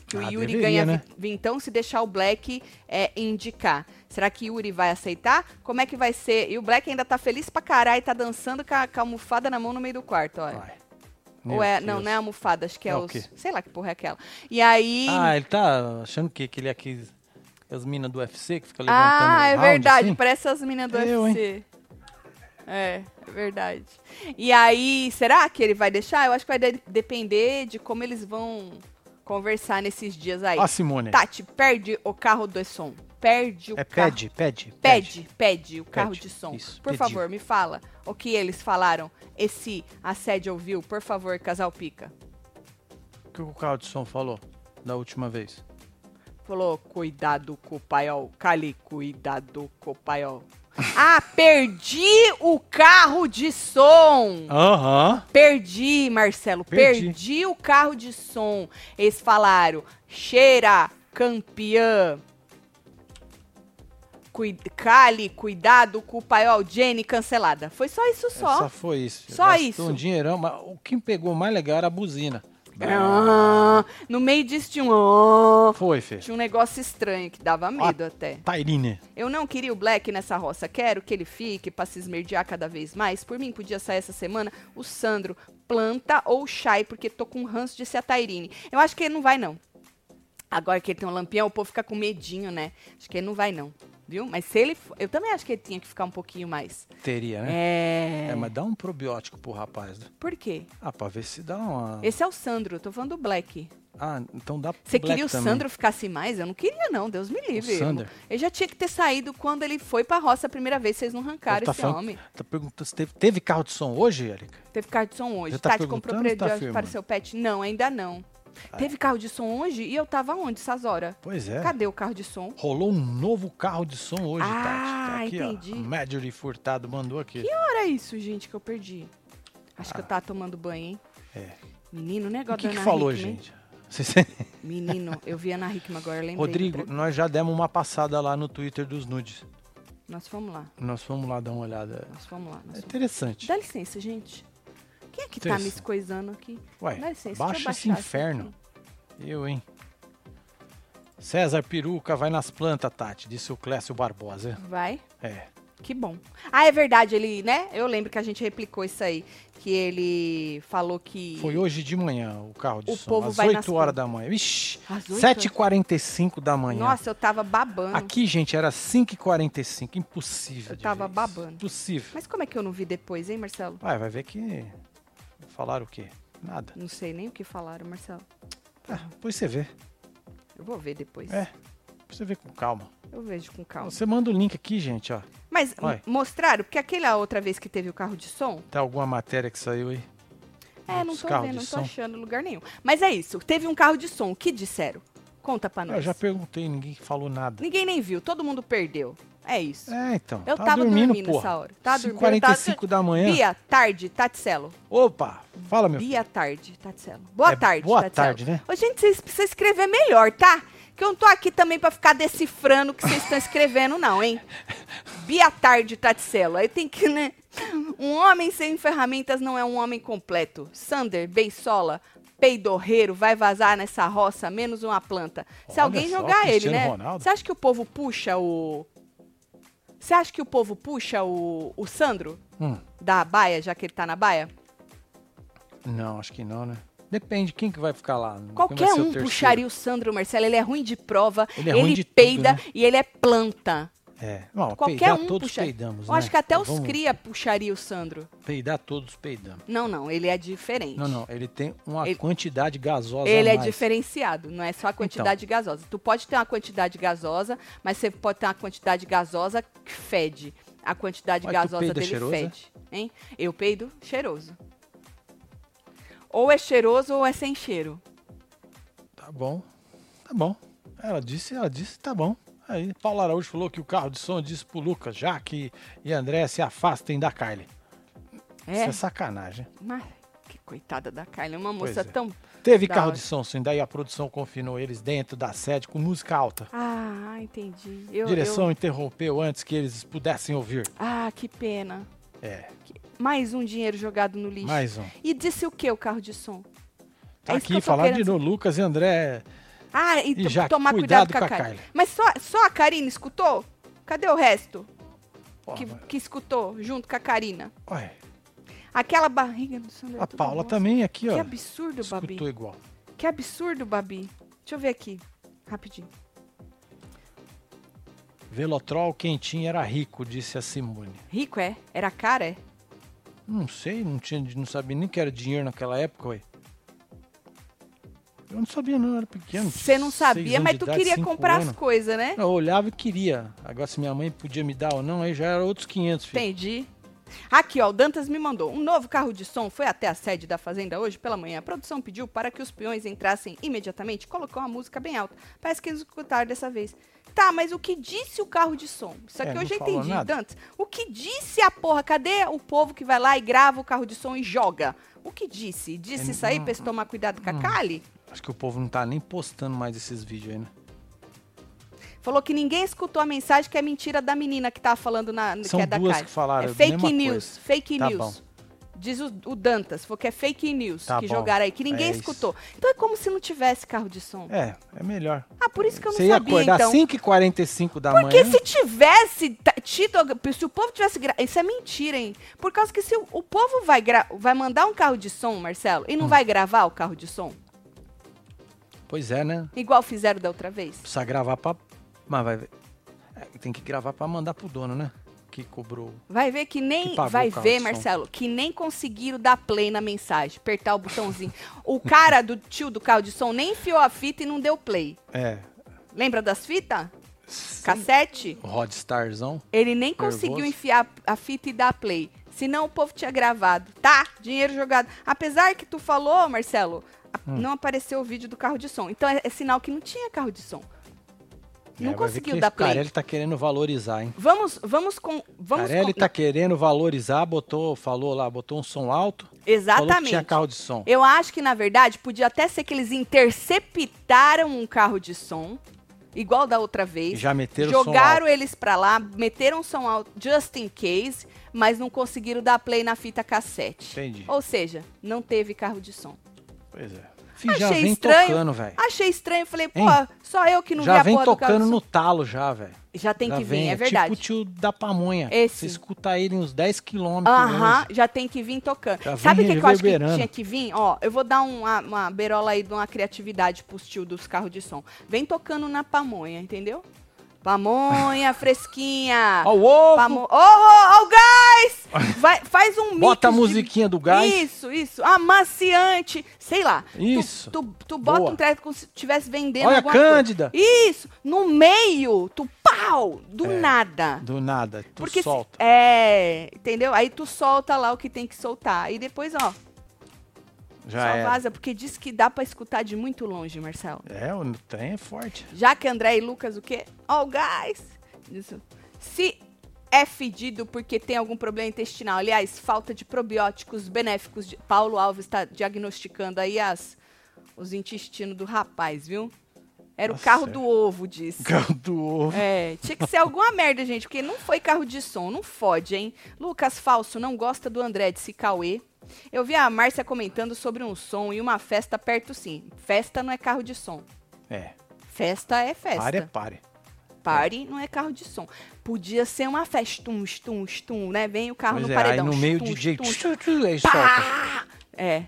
B: Que o
A: Ah,
B: Yuri
A: deveria,
B: ganha vi-
A: né?
B: vintão se deixar o Black é, indicar. Será que Yuri vai aceitar? Como é que vai ser? E o Black ainda tá feliz pra caralho, tá dançando com a, com a almofada na mão no meio do quarto, olha. Ou
A: Vai. Ah, Meu
B: é, não,
A: Deus.
B: não é a almofada, acho que é,
A: É o
B: os.
A: quê?
B: Sei lá que porra é aquela. E aí.
A: Ah, ele tá achando que, que ele é aqueles. As minas do UFC que fica levantando.
B: Ah, é
A: round,
B: verdade,
A: assim?
B: parece as meninas do
A: Eu,
B: UFC. É, é verdade. E aí, será que ele vai deixar? Eu acho que vai de- depender de como eles vão conversar nesses dias aí.
A: Ó, a Simone.
B: Tati, perde o carro do som. Perde o
A: né? é
B: carro.
A: pede, pede.
B: Pede, pede o carro
A: Pede,
B: de som.
A: isso,
B: Por
A: pediu.
B: favor, me fala o que eles falaram. Esse assédio ouviu, por favor, casal pica.
A: O que o carro de som falou da última vez?
B: Falou, cuidado com o paiol. Cali, cuidado com o paiol. Ah, perdi o carro de som.
A: Aham.
B: Perdi, Marcelo, perdi.
A: Perdi.
B: o carro de som. Eles falaram, cheira, campeã. Cui- Cali, cuidado com o paiol. Jenny, cancelada. Foi só isso só.
A: Só foi isso. filho.
B: Só
A: Gastou
B: isso.
A: um dinheirão, mas o que me pegou mais legal era a buzina.
B: Ah, no meio disso tinha um... ah,
A: Foi, Fê.
B: Tinha um negócio estranho que dava medo até.
A: Tairine.
B: Eu não queria o Black nessa roça. Quero que ele fique pra se esmerdear cada vez mais. Por mim, podia sair essa semana o Sandro, planta ou chai, porque tô com ranço de ser a Tairine. Eu acho que ele não vai, não. Agora que ele tem um lampião, o povo fica com medinho, né? Acho que ele não vai, não. Viu? Mas se ele. fo- Eu também acho que ele tinha que ficar um pouquinho mais.
A: Teria, né?
B: É.
A: É, mas dá um probiótico pro rapaz. né?
B: Por quê?
A: Ah, pra ver se dá uma.
B: Esse é o Sandro, eu tô falando do Black.
A: Ah, então dá pro
B: Você
A: Black
B: queria o
A: também.
B: Sandro ficasse mais? Eu não queria, não. Deus me livre.
A: Sandro?
B: Ele já tinha que ter saído quando ele foi pra roça a primeira vez. Vocês não arrancaram
A: tá
B: esse
A: falando-
B: homem.
A: Tá perguntando se teve, teve carro de som hoje, Erika?
B: Teve carro de som hoje.
A: Já tá
B: Tati comprou
A: perguntando ou tá
B: predial para
A: afirmando?
B: seu pet? Não, ainda não. Teve carro de som hoje e eu tava onde essas horas?
A: Pois é.
B: Cadê o carro de som?
A: Rolou um novo carro de som hoje,
B: Ah,
A: Tati. Tá aqui,
B: entendi.
A: ó. Marjorie Furtado mandou aqui.
B: Ora isso, gente, que eu perdi. Acho que eu tava tomando banho, hein?
A: Ah. É.
B: Menino, o
A: O
B: negócio
A: que,
B: da
A: que
B: Ana
A: falou,
B: Hickman.
A: gente? Vocês-
B: Menino, eu vi a Ana Hickman agora, eu lembrei.
A: Rodrigo, nós já demos uma passada lá no Twitter dos nudes.
B: Nós fomos lá,
A: Nós fomos lá dar uma olhada.
B: nós fomos lá. Nós
A: É
B: fomos.
A: interessante.
B: Dá licença, gente. Quem é que tá me
A: Licença.
B: escoisando aqui?
A: Ué,
B: Dá licença, deixa eu
A: baixa esse
B: baixar isso
A: inferno. Eu, hein? César Peruca vai nas plantas, Tati, disse o Clécio Barbosa.
B: Vai.
A: É.
B: Que bom. Ah, é verdade, ele, né? Eu lembro que a gente replicou isso aí. Que ele falou que.
A: Foi hoje de manhã o carro de
B: O
A: som.
B: povo
A: às
B: vai
A: 8
B: nas
A: horas da manhã. Ixi,
B: Às oito?
A: 7h45 da manhã.
B: Nossa, eu tava babando.
A: Aqui, gente, era 5h45. Impossível.
B: Eu
A: de
B: tava
A: ver isso.
B: babando.
A: Impossível.
B: Mas como é que eu não vi depois, hein, Marcelo?
A: Vai, vai ver que. Falaram o quê? Nada.
B: Não sei nem o que falaram, Marcelo.
A: Ah, depois você vê.
B: Eu vou ver depois.
A: É. Depois você vê com calma.
B: Eu vejo com calma.
A: Você manda o link aqui, gente, ó.
B: Mas
A: Vai.
B: m- mostraram, porque aquela outra vez que teve o carro de som,
A: Tá alguma matéria que saiu aí?
B: é, não
A: Dos
B: tô
A: carros
B: vendo, não
A: de
B: tô
A: som.
B: achando lugar nenhum. Mas é isso, teve um carro de som, o que disseram? Conta pra nós.
A: Eu Ah, já perguntei, ninguém falou nada.
B: Ninguém nem viu, todo mundo perdeu. É isso.
A: É, então.
B: Eu
A: tá
B: tava
A: dormindo,
B: dormindo
A: porra.
B: essa hora. Tava dormindo,
A: 45 da manhã.
B: Bia Tarde, Taticelo.
A: Opa! Fala, meu
B: Bia Tarde, Taticelo. Boa
A: É,
B: tarde,
A: boa
B: Taticelo.
A: tarde, né?
B: Ô, gente, vocês precisam escrever melhor, tá? Que eu não tô aqui também pra ficar decifrando o que vocês estão escrevendo, não, hein? Bia Tarde, Taticelo. Aí tem que, né? Um homem sem ferramentas não é um homem completo. Sander, Beisola, peidorreiro, vai vazar nessa roça, menos uma planta. Se
A: Olha
B: alguém
A: só,
B: jogar ele,
A: Cristiano
B: né?
A: Ronaldo.
B: Você acha que o povo puxa o... Você acha que o povo puxa o, o Sandro
A: Hum,
B: da baia, já que ele tá na baia?
A: não, acho que não, né? Depende, quem que vai ficar lá? Quem vai
B: Qualquer
A: ser o
B: um
A: terceiro?
B: puxaria o Sandro Marcelo. Ele é ruim de prova, ele,
A: Ele é ruim de tudo,
B: peida
A: né?
B: e ele é planta.
A: É, não,
B: Qualquer
A: peidar
B: um
A: todos
B: puxa-
A: peidamos,
B: Eu
A: né?
B: acho que até os
A: Vamos
B: cria puxaria o Sandro.
A: Peidar todos peidamos.
B: Não, não, ele é diferente.
A: Não, não, ele tem uma
B: Ele-
A: quantidade gasosa
B: Ele
A: a
B: é
A: mais.
B: diferenciado, não é só
A: Então.
B: a quantidade gasosa. Tu pode ter uma quantidade gasosa, mas você pode ter uma quantidade gasosa que fede. A quantidade
A: Mas tu
B: gasosa
A: peida
B: dele
A: cheiroso, é?
B: fede. Hein? Eu peido cheiroso. Ou é cheiroso ou é sem cheiro.
A: Tá bom, tá bom. Ela disse, ela disse, tá bom. Aí, Paulo Araújo falou que o carro de som disse pro Lucas, Jaque e André se afastem da Kylie. Isso
B: É,
A: é sacanagem.
B: mas que coitada da Kylie, uma
A: Pois
B: moça
A: é.
B: tão
A: Teve
B: Da
A: carro
B: hora.
A: de som, sim. Daí a produção confinou eles dentro da sede com música alta.
B: Ah, entendi. Eu,
A: Direção
B: eu-
A: interrompeu antes que eles pudessem ouvir.
B: Ah, que pena.
A: É,
B: Mais um dinheiro jogado no lixo.
A: mais um.
B: E disse o que o carro de som?
A: Tá
B: É isso que eu
A: aqui,
B: tô
A: falaram de
B: querendo-
A: novo, Lucas e André.
B: Ah, e,
A: E
B: to-
A: já,
B: tomar cuidado, com a, Kylie. Mas só, só a Karina escutou? Cadê o resto
A: Pô,
B: que,
A: mas-
B: que escutou junto com a Karina?
A: olha,
B: Aquela barriga do Sandro.
A: a Paula também aqui,
B: Que
A: ó.
B: absurdo, Babi.
A: Escutou igual.
B: Que absurdo, Babi. Deixa eu ver aqui, rapidinho.
A: Velotrol quentinho era rico, disse a Simone.
B: Rico é? Era cara, é?
A: Não sei, não, tinha, não sabia nem que era dinheiro naquela época, ué. Eu não sabia, não, eu era pequeno.
B: Você não
A: seis
B: sabia,
A: anos
B: mas
A: de
B: tu
A: idade,
B: queria
A: cinco
B: comprar as
A: anos.
B: coisas, né?
A: Não, Eu olhava e queria. Agora, se minha mãe podia me dar ou não, aí já era outros 500, filho.
B: Entendi. Aqui, ó, o Dantas me mandou. Um novo carro de som foi até a sede da fazenda hoje pela manhã. A produção pediu para que os peões entrassem imediatamente, colocou uma música bem alta. Parece que eles escutaram dessa vez. Tá, mas o que disse o carro de som? Isso
A: É,
B: aqui eu
A: não
B: já
A: falou
B: entendi,
A: nada.
B: Dantas. O que disse a porra? Cadê o povo que vai lá e grava o carro de som e joga? O que disse? Disse
A: É,
B: isso aí
A: hum,
B: pra eles tomar cuidado com a Kali?
A: Acho que o povo não tá nem postando mais esses vídeos aí, né?
B: Falou que ninguém escutou a mensagem que é mentira da menina que tava falando na,
A: São
B: que é da
A: duas
B: Kali.
A: que falaram
B: É
A: a
B: fake
A: mesma coisa.
B: news, fake
A: Tá
B: news.
A: bom.
B: Diz o, o Dantas, falou que é fake news
A: Tá
B: que
A: bom.
B: jogaram aí, que ninguém
A: É isso.
B: escutou. Então é como se não tivesse carro de som.
A: É, é melhor.
B: Ah, por isso que eu não
A: Você ia
B: sabia,
A: acordar
B: então.
A: 5h45 da manhã.
B: Porque se tivesse ta- tido, algu- se o povo tivesse, gra- isso é mentira, hein? Por causa que se o, o povo vai, gra- vai mandar um carro de som, Marcelo,
A: Hum.
B: e não vai gravar o carro de som,
A: Pois é, né?
B: igual fizeram da outra vez.
A: Precisa gravar pra. Mas vai ver. É, Tem que gravar pra mandar pro dono, né? Que cobrou.
B: Vai ver que nem.
A: Que pagou
B: vai
A: o carro
B: ver,
A: de som.
B: Marcelo, que nem conseguiram dar play na mensagem, apertar o botãozinho. o cara do tio do carro de som nem enfiou a fita e não deu play.
A: É.
B: Lembra das fitas? Cassete?
A: o Rod Starzão.
B: Ele nem
A: Nervoso.
B: conseguiu enfiar a fita e dar play. Senão o povo tinha gravado. Tá, dinheiro jogado. Apesar que tu falou, Marcelo, a-
A: Hum.
B: não apareceu o vídeo do carro de som. Então é, é sinal que não tinha carro de som. Não
A: É, vai ver
B: conseguiu
A: que
B: dar
A: esse
B: play.
A: Carelli tá querendo valorizar, hein?
B: Vamos, vamos com. Vamos
A: Carelli
B: com-
A: tá querendo valorizar, botou, falou lá, botou um som alto. Falou que tinha
B: Exatamente.
A: carro de som.
B: Eu acho que, na verdade, podia até ser que eles interceptaram um carro de som, igual da outra
A: E
B: vez.
A: já meteram o som alto.
B: É jogaram eles pra lá, meteram som alto just in case, mas não conseguiram dar play na fita cassete.
A: Entendi.
B: Ou seja, não teve carro de som.
A: Pois é. Fih, já
B: Achei
A: vem
B: estranho.
A: tocando, velho.
B: Achei estranho, falei, pô,
A: É. Hein?
B: só eu que não vi
A: Já
B: a
A: vem
B: porra do carro
A: tocando
B: do som.
A: no talo já, velho.
B: Já tem
A: Já
B: que
A: vem,
B: vir, é verdade.
A: tipo o tio da pamonha.
B: Esse.
A: Você escuta ele uns 10 quilômetros
B: Aham,
A: longe.
B: já tem que vir tocando.
A: Já
B: Sabe o
A: vem
B: que, que eu acho que
A: Tá reverberando.
B: tinha que vir? Ó, eu vou dar uma, uma berola aí de uma criatividade pros tio dos carros de som. Vem tocando na pamonha, entendeu? Pamonha fresquinha.
A: Ó o ovo!
B: Pamo... Ô, ô, ô, o gás! Vai, faz um mix.
A: Bota a
B: de-
A: musiquinha do gás.
B: Isso, isso. Amaciante. Sei lá. Tu-
A: Isso.
B: Tu, tu, bota
A: Boa.
B: um treco como se estivesse vendendo
A: Olha a
B: é alguma coisa.
A: Cândida.
B: Isso. No meio, tu pau, do
A: É.
B: nada.
A: Do nada, tu
B: Porque se-
A: solta.
B: é, entendeu? Aí tu solta lá o que tem que soltar. E depois, ó,
A: já
B: só
A: é.
B: vaza, porque diz que dá pra escutar de muito longe, Marcelo.
A: É, o trem é forte.
B: Já que André e Lucas, o quê? Ó, o gás! Isso. Se é fedido porque tem algum problema intestinal. Aliás, falta de probióticos benéficos. de- Paulo Alves está diagnosticando aí as, os intestinos do rapaz, viu? Era o
A: Tá
B: carro
A: certo.
B: do ovo, disse.
A: Carro do ovo.
B: É, tinha que ser alguma merda, gente, porque não foi carro de som, não fode, hein? Lucas Falso não gosta do André de Cicauê. Eu vi a Márcia comentando sobre um som e uma festa perto, sim. Festa não é carro de som.
A: É.
B: Festa é festa.
A: Pare é pare.
B: Party não é carro de som. Podia ser uma festa, tum, tum, tum, né? Vem o carro
A: Pois
B: no
A: é,
B: paredão.
A: aí no meio o
B: tum,
A: DJ.
B: tum,
A: tchu, tchu, aí solta.
B: pá! É.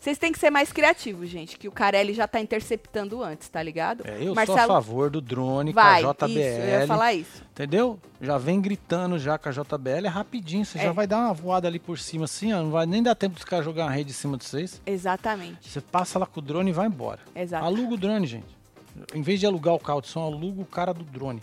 B: Vocês têm que ser mais criativos, gente, que o Carelli já tá interceptando antes, tá ligado?
A: É, eu sou a
B: Marcelo
A: favor do drone
B: vai,
A: com a JBL.
B: isso, eu ia falar isso.
A: Entendeu? Já vem gritando já com a JBL é rapidinho. Você
B: É.
A: já vai dar uma voada ali por cima assim, ó. Não vai nem dar tempo dos caras jogar uma rede em cima de vocês.
B: Exatamente.
A: Você passa lá com o drone e vai embora.
B: Exato.
A: Aluga o drone, gente. Em vez de alugar o carro de som, aluga o cara do drone.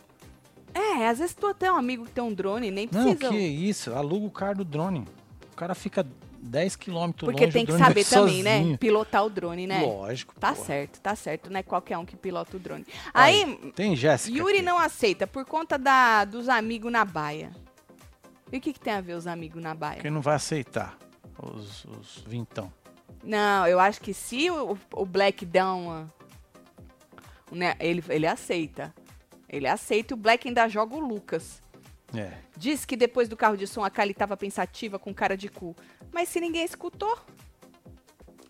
B: É, às vezes tu até é um amigo que tem um drone, nem
A: Não,
B: precisa.
A: que isso? Aluga o carro do drone. O cara fica 10 km longe
B: porque tem
A: o
B: que
A: drone vai
B: saber também, né?
A: sozinho.
B: Pilotar o drone, né?
A: Lógico.
B: Tá
A: porra.
B: certo, tá certo. Não é qualquer um que pilota o drone. Aí,
A: Tem Jéssica.
B: Yuri
A: aqui.
B: não aceita por conta da, dos amigos na baia. E o que, que tem a ver os amigos na baia?
A: Quem não vai aceitar? Os, os vintão.
B: Não, eu acho que se o, o Black dá uma. né, ele, ele aceita. Ele aceita e o Black ainda joga o Lucas.
A: É.
B: Diz que depois do carro de som a Kali tava pensativa com cara de cu. Mas se ninguém escutou.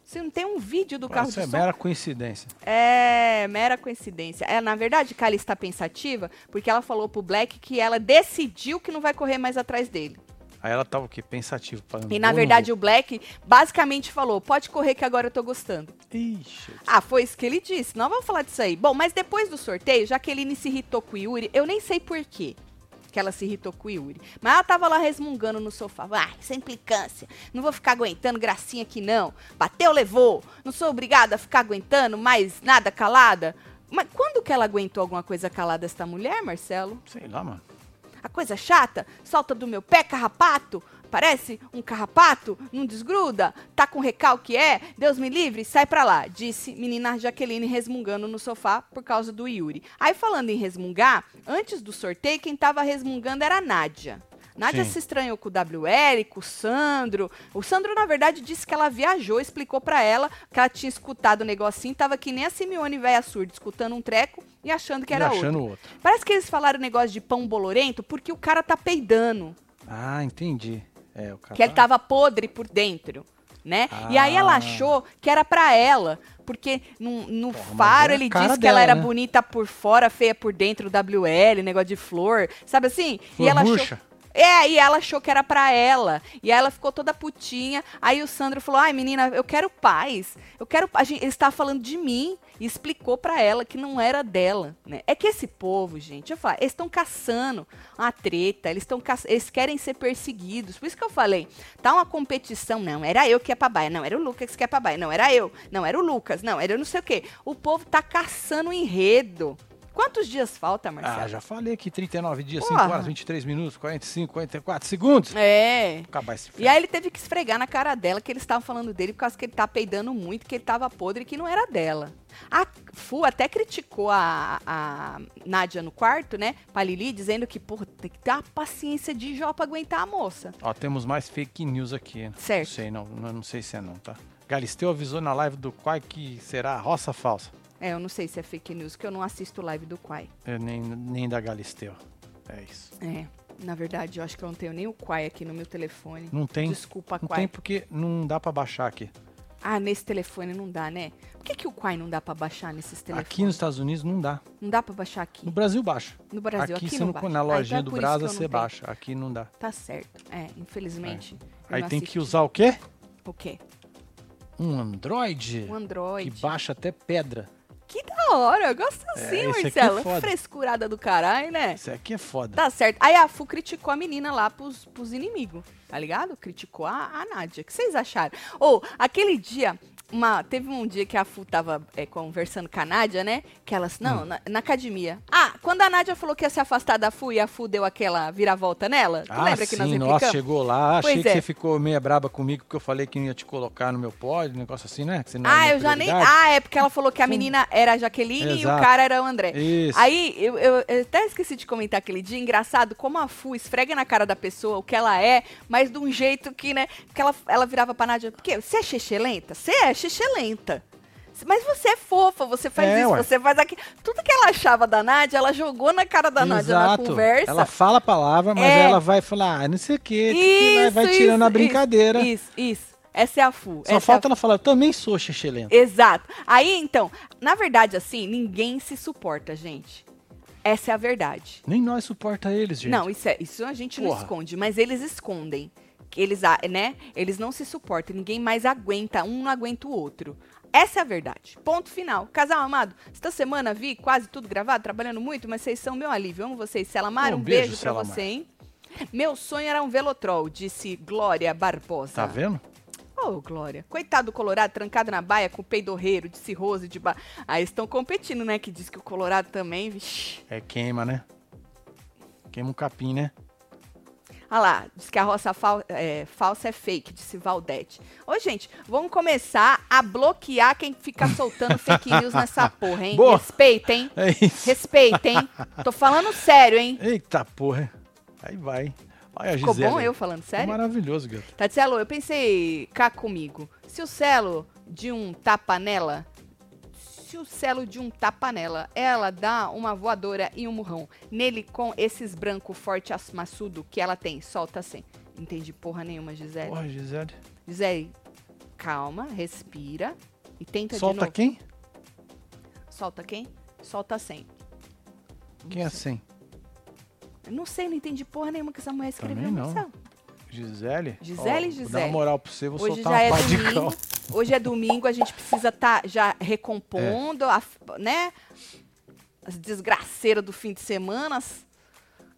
B: Se não tem um vídeo do carro
A: Isso
B: de
A: é
B: som.
A: mera coincidência.
B: É mera coincidência. É, na verdade, Kali está pensativa porque ela falou pro Black que ela decidiu que não vai correr mais atrás dele.
A: Aí ela tava o quê? Pensativa. falando,
B: E
A: "Eu
B: na
A: não
B: verdade
A: vou".
B: o Black basicamente falou: pode correr que agora eu tô gostando.
A: Ixi.
B: Ah, foi isso que ele disse. Não vamos falar disso aí. Bom, mas depois do sorteio, Jaqueline se irritou com o Yuri. Eu nem sei por quê que ela se irritou com o Yuri. Mas ela tava lá resmungando no sofá. Ah, sem implicância. Não vou ficar aguentando gracinha aqui, não. Bateu, levou. Não sou obrigada a ficar aguentando mais nada calada. Mas quando que ela aguentou alguma coisa calada essa mulher, Marcelo?
A: Sei lá, mano.
B: A coisa é chata, solta do meu pé carrapato, parece um carrapato, não desgruda, tá com recalque é, Deus me livre, sai pra lá, disse menina Jaqueline resmungando no sofá por causa do Yuri. Aí falando em resmungar, antes do sorteio quem tava resmungando era a Nádia. Nádia
A: Sim.
B: se estranhou com o WL, com o Sandro. O Sandro, na verdade, disse que ela viajou, explicou pra ela que ela tinha escutado o negocinho, tava que nem a Simeone velha surda, escutando um treco e achando que
A: E
B: era outro.
A: achando outro.
B: Parece que eles falaram o negócio de pão bolorento porque o cara tá peidando.
A: Ah, entendi. É, o cara.
B: Que ele tava podre por dentro, né? E aí ela
A: Ah.
B: achou que era pra ela. Porque no, no
A: mas
B: faro
A: é a
B: ele
A: cara
B: disse que ela
A: dela,
B: era
A: né?
B: bonita por fora, feia por dentro, WL, negócio de flor, sabe assim?
A: Flor
B: e ela
A: murcha.
B: achou. É, e ela achou que era pra ela. E aí ela ficou toda putinha. Aí o Sandro falou: "Ai, menina, eu quero paz. Eu quero, pa- a gente, ele estava falando de mim e explicou pra ela que não era dela, né? É que esse povo, gente, eu falo, eles estão caçando a treta, eles estão caça- eles querem ser perseguidos. Por isso que eu falei, tá uma competição, não, era eu que ia pra baia, não, era o Lucas que ia pra baia, não, era eu, não, era o Lucas, não, era eu não sei o quê. O povo tá caçando o enredo. Quantos dias falta, Marcelo?
A: Ah, já falei aqui 39 dias,
B: Porra.
A: 5 horas, 23 minutos, 45, 44 segundos.
B: É.
A: Acabar esse
B: E aí ele teve que esfregar na cara dela que eles estavam falando dele por causa que ele tá peidando muito, que ele tava podre e que não era dela. A Fu até criticou a, a Nádia no quarto, né? Pra Lili, dizendo que, porra, tem que ter uma paciência de Jó pra aguentar a moça.
A: Ó, temos mais fake news aqui.
B: Certo.
A: Não sei não, não, não sei se é não, tá? Galisteu avisou na live do Quai que será roça falsa.
B: É, eu não sei se é fake news, que eu não assisto live do Quai.
A: Eu É, nem, nem da Galisteu. É isso.
B: É, na verdade, eu acho que eu não tenho nem o Quai aqui no meu telefone.
A: Não tem.
B: Desculpa,
A: não
B: Quai.
A: tem porque não dá pra baixar aqui.
B: Ah, nesse telefone não dá, né? Por que, que o Quai não dá pra baixar nesses telefones?
A: Aqui nos Estados Unidos não dá.
B: Não dá pra baixar aqui.
A: No Brasil baixa.
B: No Brasil, aqui
A: você
B: não
A: não-
B: baixa.
A: na
B: Ah, então é
A: lojinha do
B: por isso que
A: Brasa
B: eu não
A: você
B: tenho.
A: baixa. Aqui não dá.
B: Tá certo. É, infelizmente. eu
A: Aí
B: não
A: tem
B: assisti.
A: que usar o quê?
B: O quê?
A: Um Android.
B: Um Android.
A: Que baixa até pedra.
B: Que da hora, eu gosto assim,
A: esse aqui é
B: Marcelo.
A: foda.
B: Frescurada do caralho, né?
A: Isso aqui é foda.
B: Tá certo. Aí a Fu criticou a menina lá pros, pros inimigos, tá ligado? Criticou a, a Nádia. O que vocês acharam? Ou, aquele dia, uma, teve um dia que a Fu tava é, conversando com a Nádia, né? Que elas,
A: Hum.
B: não, na, na academia. Ah, quando a Nádia falou que ia se afastar da Fu e a Fu deu aquela viravolta nela, tu
A: Ah,
B: lembra que
A: sim,
B: nós replicamos?
A: nossa, chegou lá. Achei
B: Pois
A: que
B: é.
A: você ficou meia braba comigo porque eu falei que não ia te colocar no meu pódio, um negócio assim, né? Que você não era
B: Ah,
A: minha
B: eu já nem.
A: prioridade.
B: Ah, é porque ela falou que a menina era a Jaqueline e o
A: Exato.
B: cara era o André.
A: Isso.
B: Aí eu, eu- eu até esqueci de comentar aquele dia. Engraçado como a Fu esfrega na cara da pessoa o que ela é, mas de um jeito que, né? Que ela, ela virava pra Nádia. Porque você é xixelenta? Você é xixelenta. Mas você é fofa, você faz
A: É,
B: isso,
A: ué.
B: você faz aquilo. Tudo que ela achava da Nádia, ela jogou na cara da Nádia na
A: Exato.
B: conversa.
A: Ela fala a palavra, mas
B: É.
A: ela vai falar, ah, não sei o quê, que lá, vai
B: Isso,
A: tirando
B: isso,
A: a brincadeira.
B: Isso, isso. Essa é a Fu. essa é
A: Só
B: a
A: falta ela falar, eu também sou xixelento.
B: Exato. Aí, então, na verdade, assim, ninguém se suporta, gente. Essa é a verdade.
A: Nem nós suporta eles, gente.
B: Não, isso, é, isso a gente não
A: Porra.
B: esconde, mas eles escondem. Que Eles, a- né? Eles não se suportam, ninguém mais aguenta, um não aguenta o outro. Essa é a verdade. Ponto final. Casal amado, esta semana vi quase tudo gravado, trabalhando muito, mas vocês são meu alívio. Amo vocês. Selamar, um,
A: Um
B: beijo,
A: beijo,
B: pra
A: Selamar.
B: você, hein? Meu sonho era um velotrol, disse Glória Barbosa.
A: Tá vendo?
B: Ô, Glória. Coitado do Colorado, trancado na baia com peidorreiro, disse Rose de ba... Aí estão competindo, né? Que diz que o Colorado também, vixi.
A: É queima, né? Queima um capim, né?
B: Ah lá, diz que a roça fal- é, falsa é fake, disse Valdete. Ô, gente, vamos começar a bloquear quem fica soltando fake news nessa porra, hein?
A: Boa.
B: Respeita, hein?
A: É isso.
B: Respeita, hein? Tô falando sério, hein?
A: Eita porra. Aí vai. Olha a
B: Ficou
A: Gisele.
B: bom eu falando
A: Ficou
B: sério?
A: Maravilhoso, Gato.
B: Tatielo, Tá, eu pensei cá comigo. Se o Celo de um tapa nela. Se o Celo de um tapa nela, ela dá uma voadora e um murrão. Nele com esses branco forte as- maçudo que ela tem. Solta assim. Entendi porra nenhuma, Gisele.
A: Porra, Gisele.
B: Gisele, calma, respira. E tenta Então, de
A: Solta
B: novo.
A: quem?
B: Solta quem? Solta sem.
A: Quem é assim?
B: Eu Não sei, não entendi porra nenhuma que essa mulher escreveu,
A: Também não.
B: Marcelo.
A: Gisele?
B: Gisele,
A: Ó, Vou dar
B: Gisele.
A: uma moral pra você, vou
B: Hoje
A: soltar
B: já
A: uma
B: é
A: pá de
B: domingo.
A: cal.
B: Hoje é domingo, a gente precisa estar já recompondo, a f- né? As desgraceiras do fim de semana, as-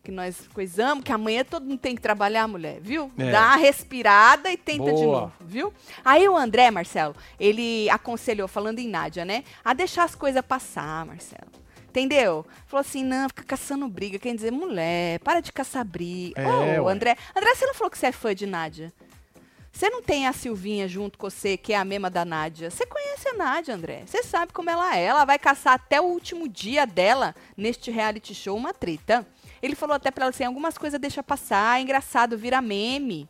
B: que nós coisamos, que amanhã todo mundo tem que trabalhar, mulher, viu?
A: É.
B: Dá uma respirada e tenta de
A: Boa.
B: novo, viu? Aí o André, Marcelo, ele aconselhou, falando em Nádia, né? A deixar as coisas passar, Marcelo. Entendeu? Falou assim, não, fica caçando briga. Quer dizer, mulher, para de caçar briga.
A: É,
B: Ô,
A: ué.
B: André, André, você não falou que você é fã de Nádia? Você não tem a Silvinha junto com você, que é a mesma da Nádia. Você conhece a Nádia, André. Você sabe como ela é. Ela vai caçar até o último dia dela neste reality show uma treta. Ele falou até pra ela assim: algumas coisas deixa passar, é engraçado, vira meme.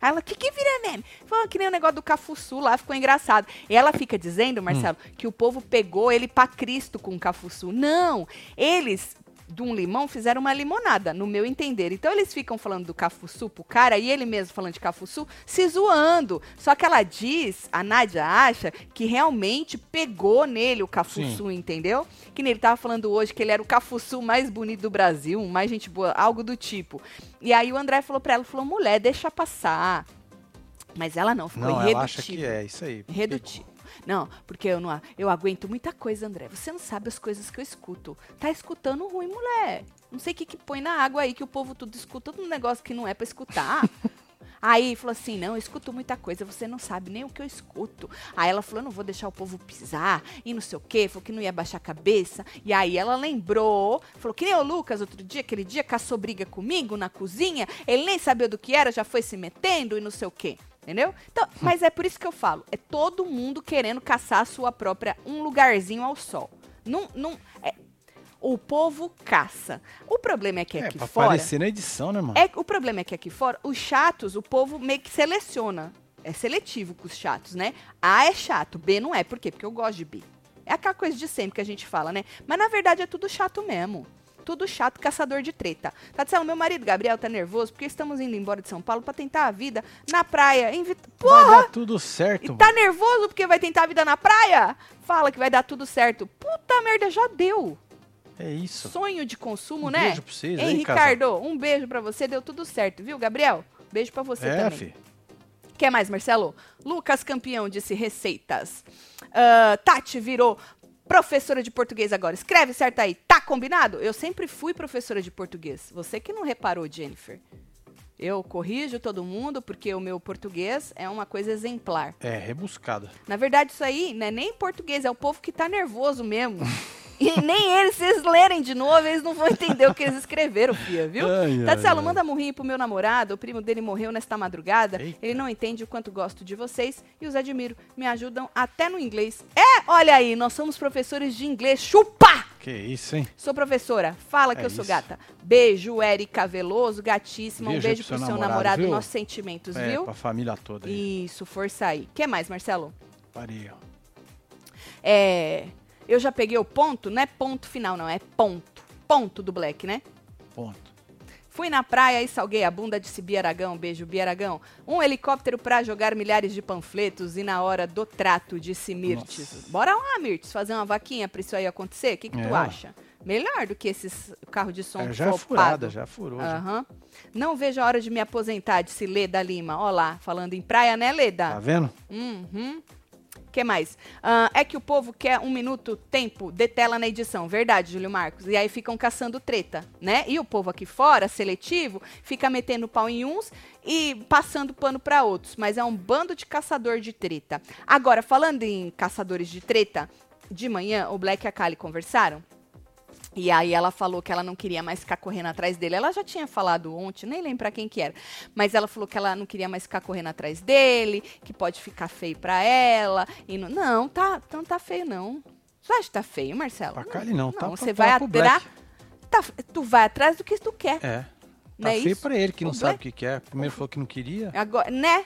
B: Aí ela, que que vira meme? Falou que nem o negócio do Cafuçu lá, ficou engraçado. E ela fica dizendo, Marcelo, que o povo pegou ele pra Cristo com o Cafuçu. Não! Eles, de um limão, fizeram uma limonada, no meu entender. Então eles ficam falando do Cafuçu pro cara, e ele mesmo falando de Cafuçu, se zoando. Só que ela diz, a Nádia acha, que realmente pegou nele o Cafuçu, entendeu? Que nem ele tava falando hoje que ele era o Cafuçu mais bonito do Brasil, um mais gente boa, algo do tipo. E aí o André falou pra ela, falou, mulher, deixa passar. Mas ela não, ficou
A: Não,
B: irredutível.
A: ela acha que é, isso aí.
B: Redutível. Não, porque eu não a- eu aguento muita coisa, André. Você não sabe as coisas que eu escuto. Tá escutando ruim, mulher. Não sei o que, que põe na água aí, que o povo tudo escuta um negócio que não é pra escutar. Aí falou assim: não, eu escuto muita coisa, você não sabe nem o que eu escuto. Aí ela falou: eu não vou deixar o povo pisar e não sei o quê, falou que não ia baixar a cabeça. E aí ela lembrou, falou que nem o Lucas outro dia, aquele dia, caçou briga comigo na cozinha, ele nem sabia do que era, já foi se metendo e não sei o quê. Entendeu? Então, mas é por isso que eu falo: é todo mundo querendo caçar a sua própria, um lugarzinho ao sol. Não, não, é- o povo caça. O problema é que
A: É,
B: aqui
A: pra
B: fora.
A: aparecer na edição, né, mano?
B: É, o problema é que aqui fora, os chatos, o povo meio que seleciona. É seletivo com os chatos, né? A é chato, B não é. Por quê? Porque eu gosto de B. É aquela coisa de sempre que a gente fala, né? Mas na verdade é tudo chato mesmo. Tudo chato, caçador de treta. Tatiana, meu marido Gabriel tá nervoso porque estamos indo embora de São Paulo pra tentar a vida na praia. Em Vit...
A: Vai
B: Porra!
A: dar tudo certo.
B: E
A: mano.
B: tá nervoso porque vai tentar a vida na praia? Fala que vai dar tudo certo. Puta merda, já deu.
A: É isso.
B: Sonho de consumo,
A: Um
B: né?
A: beijo pra vocês
B: Hein,
A: aí, casal.
B: Ricardo, um beijo pra você, deu tudo certo, viu, Gabriel? Beijo pra você
A: é,
B: também.
A: fi.
B: Quer mais, Marcelo? Lucas Campeão disse receitas. Ah, Tati virou professora de português agora. Escreve certo aí. Tá combinado? Eu sempre fui professora de português. Você que não reparou, Jennifer. Eu corrijo todo mundo porque o meu português é uma coisa exemplar.
A: É, rebuscada.
B: Na verdade, isso aí não é nem português, é o povo que tá nervoso mesmo. E nem eles, se eles lerem de novo, eles não vão entender o que eles escreveram, Fia, viu?
A: Ai, ai,
B: Tatielo,
A: ai.
B: manda morrinho pro meu namorado, o primo dele morreu nesta madrugada.
A: Eita.
B: Ele não entende o quanto gosto de vocês e os admiro. Me ajudam até no inglês. É, olha aí, nós somos professores de inglês. Chupa!
A: Que isso, hein?
B: Sou professora, fala que
A: É
B: eu sou
A: isso.
B: gata. Beijo, Érica Veloso, gatíssima. um
A: Beijo
B: beijo pro seu namorado,
A: viu?
B: nossos sentimentos,
A: É,
B: viu?
A: pra família toda aí.
B: Isso, força aí. Quer mais, Marcelo?
A: Parei, ó.
B: É. Eu já peguei o ponto, não é ponto final, não, é ponto. Ponto do Black, né?
A: Ponto.
B: Fui na praia e salguei a bunda de Sibi Aragão, beijo Bi Aragão. Um helicóptero pra jogar milhares de panfletos e na hora do trato, disse Mirtes.
A: Nossa.
B: Bora lá, Mirtes, fazer uma vaquinha pra isso aí acontecer? O que, que
A: É,
B: tu
A: ué.
B: acha? Melhor do que esses carros de som
A: É, já é furada, já furou. já.
B: um Aham. Não vejo a hora de me aposentar, disse Leda Lima. Ó lá, falando em praia, né, Leda?
A: Tá vendo?
B: Uhum. que mais? Ah, é que o povo quer um minuto, tempo, de tela na edição. Verdade, Júlio Marcos. E aí ficam caçando treta, né? E o povo aqui fora, seletivo, fica metendo pau em uns e passando pano pra outros. Mas é um bando de caçador de treta. Agora, falando em caçadores de treta, de manhã o Black e a Kali conversaram. E aí ela falou que ela não queria mais ficar correndo atrás dele. Ela já tinha falado ontem, nem lembro pra quem que era. Mas ela falou que ela não queria mais ficar correndo atrás dele, que pode ficar feio pra ela. E não, não, tá, não tá feio não. Você acha que tá feio, Marcelo?
A: Pra Kali não, tá
B: Não,
A: pra-
B: você vai
A: pra- pro
B: atrás.
A: Black.
B: Tá, tu vai atrás do que tu quer.
A: É.
B: Não
A: Tá
B: é
A: feio
B: isso?
A: pra ele, que não
B: O
A: sabe o que que é. Primeiro falou que não queria.
B: Agora, né?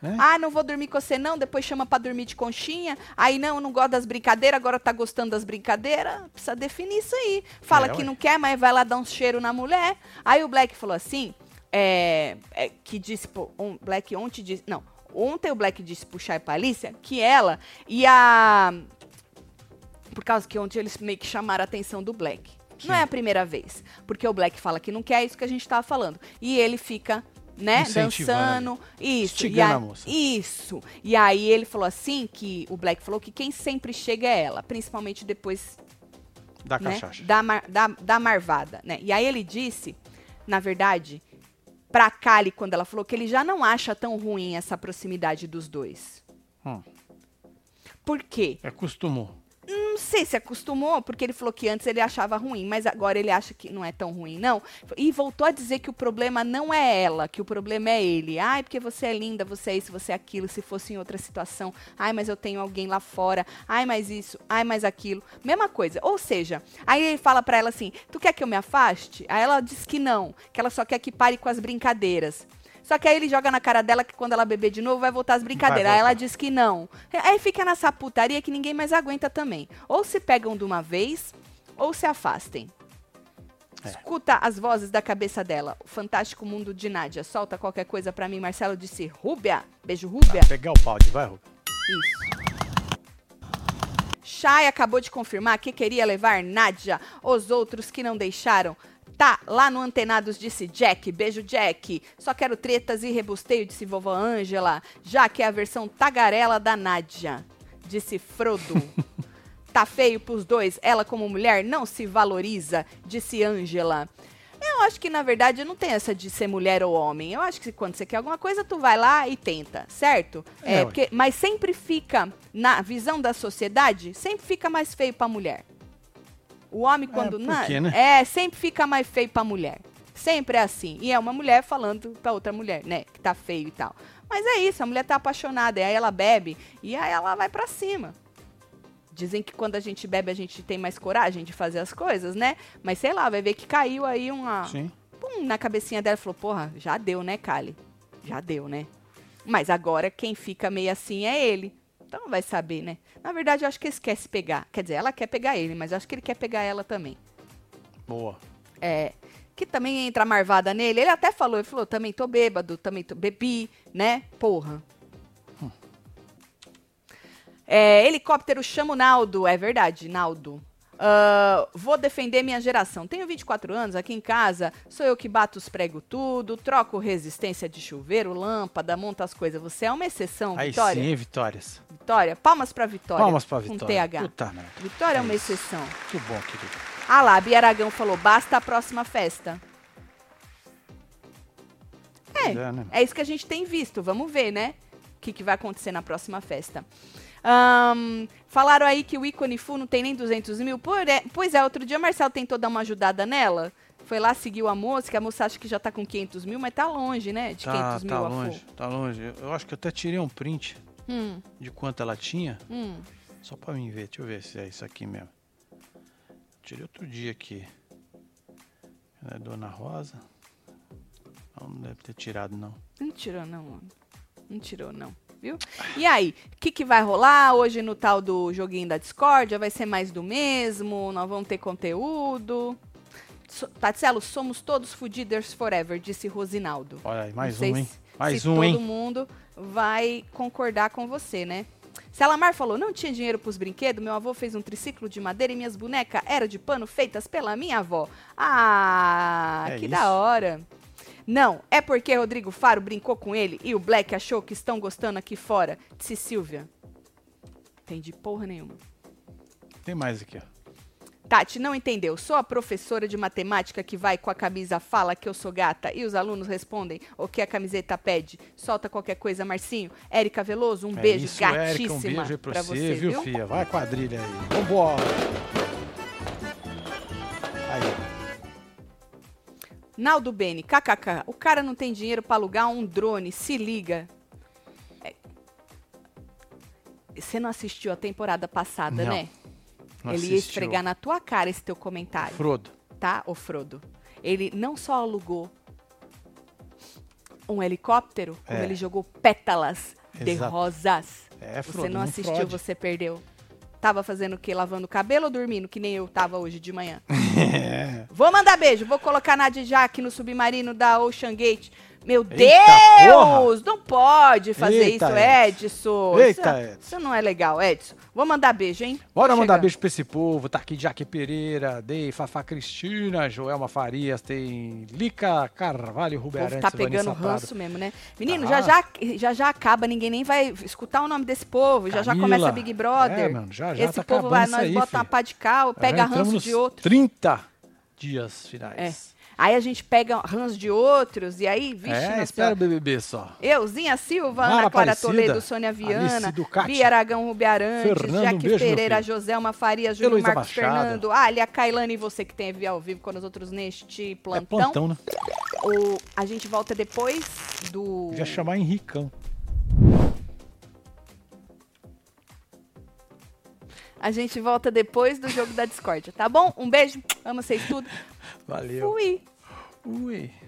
A: Né?
B: Ah, não vou dormir com você não, depois chama pra dormir de conchinha. Aí não, não gosta das brincadeiras, agora tá gostando das brincadeiras. Precisa definir isso aí. Fala
A: É,
B: que
A: ué.
B: não quer, mas vai lá dar um cheiro na mulher. Aí o Black falou assim, é, é, que disse, pô, um, Black ontem disse, não, ontem o Black disse pro Chay Palícia que ela e a por causa que ontem eles meio que chamaram a atenção do Black. Não é a primeira vez, porque o Black fala que não quer isso que a gente tava falando. E ele fica, né,
A: Incentivando.
B: dançando. Isso. E
A: Instigando
B: a-
A: a moça.
B: Isso. E aí ele falou assim que o Black falou que quem sempre chega é ela, principalmente depois
A: Dá
B: né,
A: cachaça.
B: da, mar- da, da marvada, né? E aí ele disse, na verdade, pra Kali, quando ela falou, que ele já não acha tão ruim essa proximidade dos dois.
A: Hum,
B: Por quê?
A: é costumou.
B: não sei se acostumou, porque ele falou que antes ele achava ruim, mas agora ele acha que não é tão ruim, não. E voltou a dizer que o problema não é ela, que o problema é ele. Ai, porque você é linda, você é isso, você é aquilo, se fosse em outra situação. Ai, mas eu tenho alguém lá fora. Ai, mas isso, ai, mas aquilo. Mesma coisa. Ou seja, aí ele fala pra ela assim: "Tu quer que eu me afaste?" Aí ela diz que não, que ela só quer que pare com as brincadeiras. Só que aí ele joga na cara dela que quando ela beber de novo vai voltar as brincadeiras. Aí ela
A: voltar.
B: diz que não. É, Aí fica nessa putaria que ninguém mais aguenta também. Ou se pegam de uma vez, ou se afastem. Escuta as vozes da cabeça dela. O fantástico mundo de Nádia. Solta qualquer coisa pra mim, Marcelo disse. Rúbia. Beijo, Rúbia.
A: Pegar o balde, vai, Rubens.
B: Isso. Chay acabou de confirmar que queria levar Nádia. Os outros que não deixaram. Tá, lá no Antenados disse Jack. Beijo, Jack. Só quero tretas e rebusteio, disse vovó Ângela. Já que é a versão tagarela da Nádia. Disse Frodo. tá feio pros dois. Ela, como mulher, não se valoriza, disse Ângela. Eu acho que, na verdade, não tem essa de ser mulher ou homem. Eu acho que quando você quer alguma coisa, tu vai lá e tenta, certo?
A: É,
B: É,
A: ué.
B: porque, mas sempre fica, na visão da sociedade, sempre fica mais feio pra mulher. O homem, quando na-
A: porque, né?
B: É, sempre fica mais feio pra mulher. Sempre é assim. E é uma mulher falando pra outra mulher, né? Que tá feio e tal. Mas é isso, a mulher tá apaixonada. E aí ela bebe e aí ela vai pra cima. Dizem que quando a gente bebe, a gente tem mais coragem de fazer as coisas, né? Mas sei lá, vai ver que caiu aí uma.
A: Sim.
B: Pum, na cabecinha dela e falou: Porra, já deu, né, Kali? Já deu, né? Mas agora quem fica meio assim é ele. Então vai saber, né? Na verdade, eu acho que ele quer se pegar. Quer dizer, ela quer pegar ele, mas eu acho que ele quer pegar ela também.
A: Boa.
B: é, que também entra a marvada nele. Ele até falou, ele falou, também tô bêbado, também tô bebi, né? Porra. Hum. É, helicóptero chama o Naldo. É verdade, Naldo. Ah, vou defender minha geração. Tenho 24 anos aqui em casa, sou eu que bato os pregos tudo, troco resistência de chuveiro, lâmpada, monto as coisas. Você é uma exceção,
A: Aí
B: Vitória.
A: sim, vitórias.
B: Vitória, palmas pra Vitória.
A: Palmas pra Vitória.
B: Com TH.
A: Puta merda.
B: Vitória é uma
A: É isso.
B: exceção.
A: Que bom, querido.
B: Ah lá, Bia Aragão falou, basta a próxima festa. É,
A: É, né?
B: é isso que a gente tem visto. Vamos ver, né? O que, que vai acontecer na próxima festa. Ahn, falaram aí que o ícone Fu não tem nem 200 mil. Por é- pois é, outro dia o Marcelo tentou dar uma ajudada nela. Foi lá, seguiu a moça, que a moça acha que já tá com 500 mil, mas tá longe, né? De 500 mil
A: tá
B: a Fu.
A: longe, tá longe. Eu- Eu acho que eu até tirei um print
B: Hum,
A: de quanto ela tinha,
B: hum.
A: só pra mim ver. Deixa eu ver se é isso aqui mesmo. Tirei outro dia aqui. Ela é Dona Rosa. Não, não deve ter tirado, não.
B: Não tirou, não, mano. Não tirou, não. Viu? E aí, o que, que vai rolar hoje no tal do joguinho da discórdia? Vai ser mais do mesmo? Nós vamos ter conteúdo? So Tatielo, somos todos fudiders forever, disse Rosinaldo.
A: Olha aí, mais um,
B: Não sei
A: hein?
B: se-
A: Mais
B: se
A: um,
B: todo
A: hein?
B: mundo vai concordar com você, né? Salamar falou, não tinha dinheiro pros brinquedos, meu avô fez um triciclo de madeira e minhas bonecas eram de pano feitas pela minha avó. Ah,
A: É
B: que
A: isso.
B: da hora. Não, é porque Rodrigo Faro brincou com ele e o Black achou que estão gostando aqui fora, disse Silvia. Entendi porra nenhuma.
A: Tem mais aqui, ó.
B: Tati, não entendeu. Sou a professora de matemática que vai com a camisa fala que eu sou gata e os alunos respondem o que a camiseta pede. Solta qualquer coisa, Marcinho. Érica Veloso, um
A: É
B: beijo
A: isso, Érica,
B: gatíssima
A: um beijo aí pra,
B: pra
A: você, viu, filha? Vai quadrilha aí. Vambora. Aí,
B: Naldo Bene, kkk. O cara não tem dinheiro pra alugar um drone, se liga. É. Você não assistiu a temporada passada,
A: Não,
B: né?
A: não
B: Ele ia
A: assistiu.
B: esfregar na tua cara esse teu comentário.
A: Frodo.
B: tá, ô Frodo? Ele não só alugou um helicóptero, como
A: É.
B: ele jogou pétalas de
A: Exato.
B: rosas.
A: É, Frodo,
B: você não
A: não
B: assistiu,
A: frode.
B: você perdeu. Tava fazendo o quê? Lavando o cabelo ou dormindo? Que nem eu tava hoje de manhã.
A: É.
B: Vou mandar beijo, vou colocar Nadia Jaque no submarino da Ocean Gate. Meu Deus! Não pode fazer
A: Eita,
B: isso, Edson.
A: Edson. Eita,
B: isso,
A: Edson.
B: isso não é legal, Edson. Vou mandar beijo, hein?
A: Bora
B: Chega.
A: mandar beijo pra esse povo. Tá aqui Jaque Pereira, Dei, Fafá Cristina, Joelma Farias, tem Lica Carvalho,
B: O povo
A: Ruberantes,
B: tá pegando
A: Vanessa Prado.
B: ranço mesmo, né? Menino, já,
A: Tá.
B: já, já já acaba, ninguém nem vai escutar o nome desse povo, já já
A: Camila.
B: começa Big Brother.
A: É, mano, já já
B: Esse
A: tá
B: povo lá,
A: acabando
B: nós
A: isso aí,
B: bota uma
A: filho.
B: pá de cal, pega
A: Já
B: ranço
A: É, entramos nos
B: de outro. É.
A: 30 dias finais.
B: Aí a gente pega ranço de outros, e aí, vixe,
A: É,
B: nossa
A: espera o
B: senhora.
A: BBB só.
B: Euzinha Silva,
A: Mara
B: Ana Clara
A: Aparecida,
B: Toledo, Sônia Viana,
A: Alice Ducati,
B: Bia Aragão Rubiarantes,
A: Fernando, um
B: Jaque
A: beijo, meu
B: Pereira,
A: filho.
B: Joselma Faria, Júlio
A: Heloísa
B: Marcos
A: Machado.
B: Fernando, Alia, Kailane e você que tem ao vivo com os outros neste
A: É plantão, né?
B: O- a gente volta depois do.
A: Devia chamar Henricão.
B: A gente volta depois do jogo da discórdia, tá bom? Um beijo, amo vocês tudo.
A: Valeu.
B: Fui!
A: Ui.